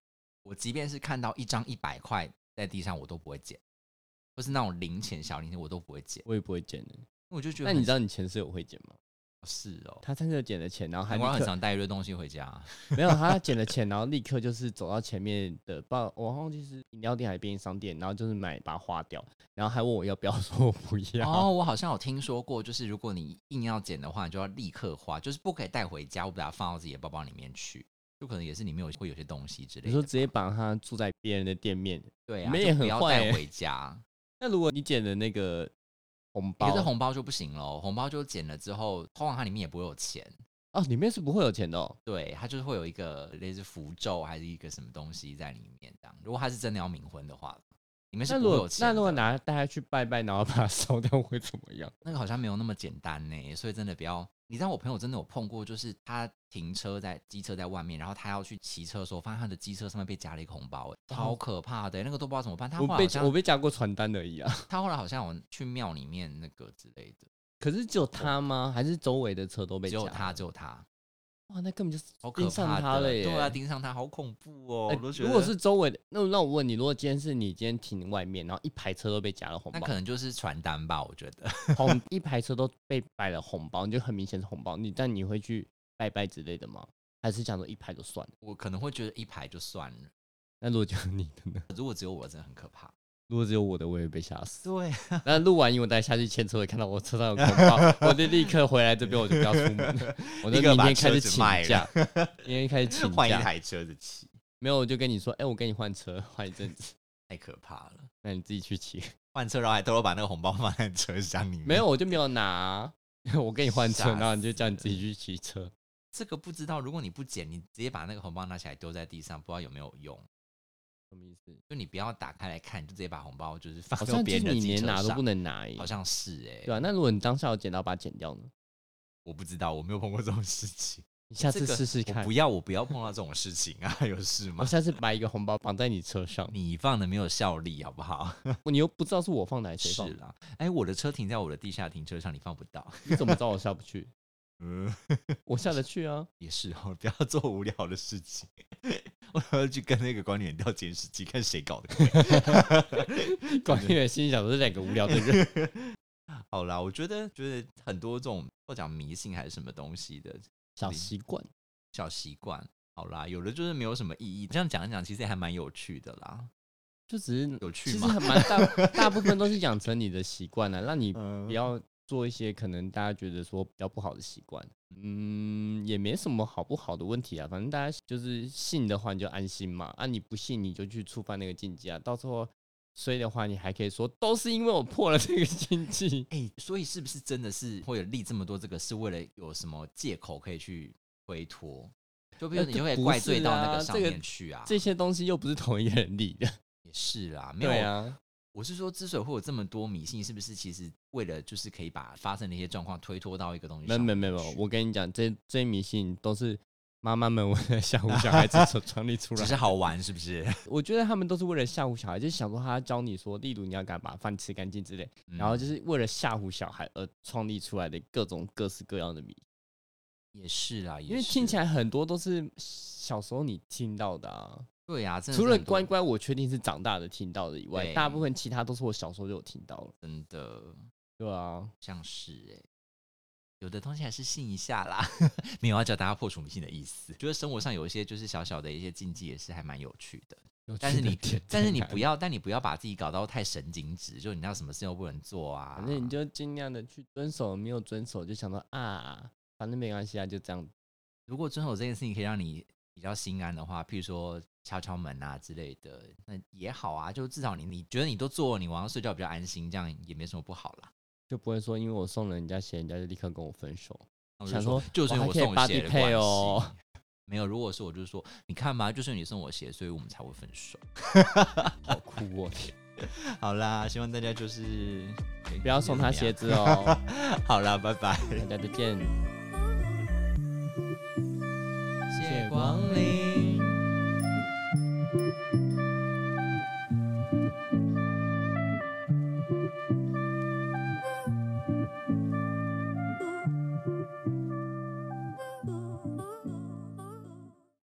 A: 我即便是看到一张一百块在地上，我都不会捡，或是那种零钱小零钱我都不会捡，
B: 我也不会捡的。
A: 我就觉得
B: 那
A: 很。
B: 你知道你前室友会捡吗？
A: 是哦，
B: 他上次捡了钱，然后还
A: 台
B: 立
A: 湾很
B: 刻
A: 常带一堆东西回
B: (laughs)
A: 家，
B: 没有，他捡了钱，然后立刻就是走到前面的，不知道我忘记是饮料店还是便利商店，然后就是买把它花掉，然后还问我要不要，说我不要。
A: 哦，我好像有听说过，就是如果你硬要捡的话，你就要立刻花，就是不可以带回家，我把它放到自己的包包里面去，就可能也是里面有会有些东西之类的吧。
B: 你说直接把它住在别人的店面，
A: 对
B: 你
A: 啊，
B: 们
A: 就
B: 也
A: 不
B: 很
A: 要
B: 坏
A: 带
B: 欸
A: 回家。
B: (laughs)
A: 哎
B: 那如果你捡的那个红包，
A: 可是红包就不行喽，红包就捡了之后，通常它里面也不会有钱，
B: 哦，里面是不会有钱的、哦。
A: 对，它就是会有一个类似符咒还是一个什么东西在里面这样。如果他是真的要冥婚的话，里面是
B: 那
A: 不
B: 如
A: 会有
B: 果
A: 钱
B: 那如果
A: 的
B: 拿大家去拜拜，然后把它烧掉会怎么样？
A: 那个好像没有那么简单呢，所以真的不要。你知道我朋友真的有碰过，就是他停车在机车在外面，然后他要去骑车的时候，发现他的机车上面被夹了一个红包，哎，好可怕的，那个都不知道怎么办。他
B: 哦我
A: 后来好
B: 被我
A: 像
B: 被夹过传单而已啊。
A: 他后来好像有去庙里面那个之类的，
B: 可是只有他吗？还是周围的车都被
A: 只
B: 夹？
A: 有他只有他，
B: 哇，那根本就是
A: 好可
B: 盯上
A: 怕
B: 他
A: 的，
B: 了耶！
A: 对啊，盯上他好恐怖哦，
B: 哎
A: 我都觉得。
B: 如果是周围的，那那我问你，如果今天是你今天停外面，然后一排车都被夹了红
A: 那
B: 包
A: 可，能就是传单吧，我觉得。 (laughs)
B: 红一排车都被摆了红包，你就很明显是红包，你但你会去拜拜之类的吗？还是想说一排就算了？
A: 我可能会觉得一排就算了，
B: 那如果就是你的呢？
A: 如果只有我，真的很可怕。
B: 如果只有我的，我也被吓死。
A: 对，
B: 那录完音，我再下去签车，会看到我车上有红
A: (laughs)
B: 包，我就立刻回来这边，我就不要出门了，我就
A: 立刻
B: 明
A: 把
B: 天开
A: 车
B: 始
A: 子
B: 请
A: 卖了 (laughs)
B: 假，明天开始请
A: 换一
B: 假。
A: 台车子骑，
B: 没有，我就跟你说，哎、我跟你换车，换一阵子，
A: 太可怕了。
B: 那你自己
A: (laughs)
B: 去骑。
A: 换车，然后还偷偷把那个红包放在车厢里面。
B: 没有，我就没有拿啊、 (laughs) 我跟你换车，
A: 吓
B: 然后你就
A: 死
B: 叫你自己
A: 了
B: 去骑车。
A: 这个不知道，如果你不捡，你直接把那个红包拿起来丢在地上，不知道有没有用。
B: 什么意思？
A: 就你不要打开来看，你就直接把红包就是放
B: 好
A: 到
B: 像
A: 别
B: 就是
A: 人的
B: 你
A: 机
B: 连
A: 车
B: 拿都
A: 上
B: 不能拿耶，
A: 好像是哎、
B: 对啊，那如果你当下有剪刀，把它剪掉呢？
A: 我不知道，我没有碰过这种事 (laughs) 情。
B: 你下次
A: 这个
B: 试试
A: 我
B: 看
A: 不。要，我不要碰到这种事情啊！有事
B: 我
A: 吗？
B: 下次把一个红包绑在你车上，
A: 你放的没有效力，好不好？
B: 你又不知道是我放的还是谁
A: 是
B: 放的，
A: 啦，哎、我的车停在我的地下停车场，你放不到。 (laughs)
B: 你怎么知道我下不去？
A: 嗯，
B: 我下得去
A: (laughs)
B: 啊，
A: 也是哦，不要做无聊的事情。我要去跟那个管理员调监视器，看谁搞的鬼。
B: 管理员心里想说这两个无聊的
A: (laughs)
B: 人，
A: 好啦，我觉得觉得很多这种不讲迷信还是什么东西的
B: 小习惯。
A: 小习惯，好啦，有的就是没有什么意义。这样讲一讲，其实也还蛮有趣的啦。
B: 就只是
A: 有趣
B: 其实
A: 吗
B: 很蛮大，大部分都是养成你的习惯啊了，让你
A: 嗯。
B: 不要做一些可能大家觉得说比较不好的习惯。嗯，也没什么好不好的问题啊，反正大家就是信的话你就安心嘛，啊你不信你就去触犯那个禁忌啊，到时候衰的话你还可以说都是因为我破了这个禁忌
A: 哎、所以是不是真的是会有立这么多这个，是为了有什么借口可以去推脱？就比如
B: 呃
A: 你
B: 这
A: 就可以
B: 不
A: 怪罪
B: 是
A: 到那
B: 啊
A: 个
B: 这
A: 上
B: 个
A: 面去啊，
B: 这些东西又不是同一个人 (laughs) 立的，
A: 也是啦，没有
B: 对啊，
A: 我是说，之所以会有这么多迷信，是不是其实为了就是可以把发生的一些状况推脱到一个东西
B: 没有
A: 上
B: 没有
A: 面
B: 没有，没有
A: 去
B: 我跟你讲，这这些迷信都是妈妈们为 (laughs) 了吓唬小孩子 (laughs) 所创立出来
A: (laughs) 只
B: 的
A: 是好玩，是不
B: (laughs)
A: 是？
B: 我觉得他们都是为了吓唬小孩，就是想说他教你说，例如你要敢把饭吃干净之类，
A: 嗯
B: 然后就是为了吓唬小孩而创立出来的各种各式各样的谜，
A: 也是啦，也
B: 因为听起
A: 来
B: 来很多都是小时候你听到的啊，
A: 对啊，真的
B: 除
A: 是
B: 了
A: 很多
B: 乖乖我确定是长大的听到的以外
A: 对，
B: 大部分其他都是我小时候就有听到了，
A: 真的
B: 对啊，
A: 像是哎、有的东西还是信一下啦，没有要教大家破除迷信的意思。觉得生活上有一些就是小小的一些禁忌，也是还蛮有趣的。但是你，但是你不
B: 要，
A: 要，但你不要把自己搞到太神经质，就你知道什么事都不能做啊。
B: 反正你就尽量的去遵守，没有遵守就想到啊，反正没关系啊，就这样，
A: 如果遵守这件事情可以让你比较心安的话，譬如说敲敲门啊之类的，那也好啊。就至少你你觉得你都做了，你晚上睡觉比较安心，这样也没什么不好啦。
B: 就不会说因为我送了人家鞋，人家就立刻跟我分手。
A: 那我就
B: 想
A: 说
B: 说，
A: 就是因为
B: 我
A: 我
B: 还可以
A: 送你鞋的
B: body
A: 关
B: pay
A: 系。
B: 哦
A: 没有，如果是我就是说，你看吧，就是你送我鞋，所以我们才会分手。
B: 好
A: (laughs)
B: 酷哦！天
A: 好啦，希望大家就是
B: 不要送他鞋
A: 子。
B: 子哦，
A: 好啦，拜
B: (laughs)
A: 拜，
B: 大家再见。
A: 谢
B: 谢光临。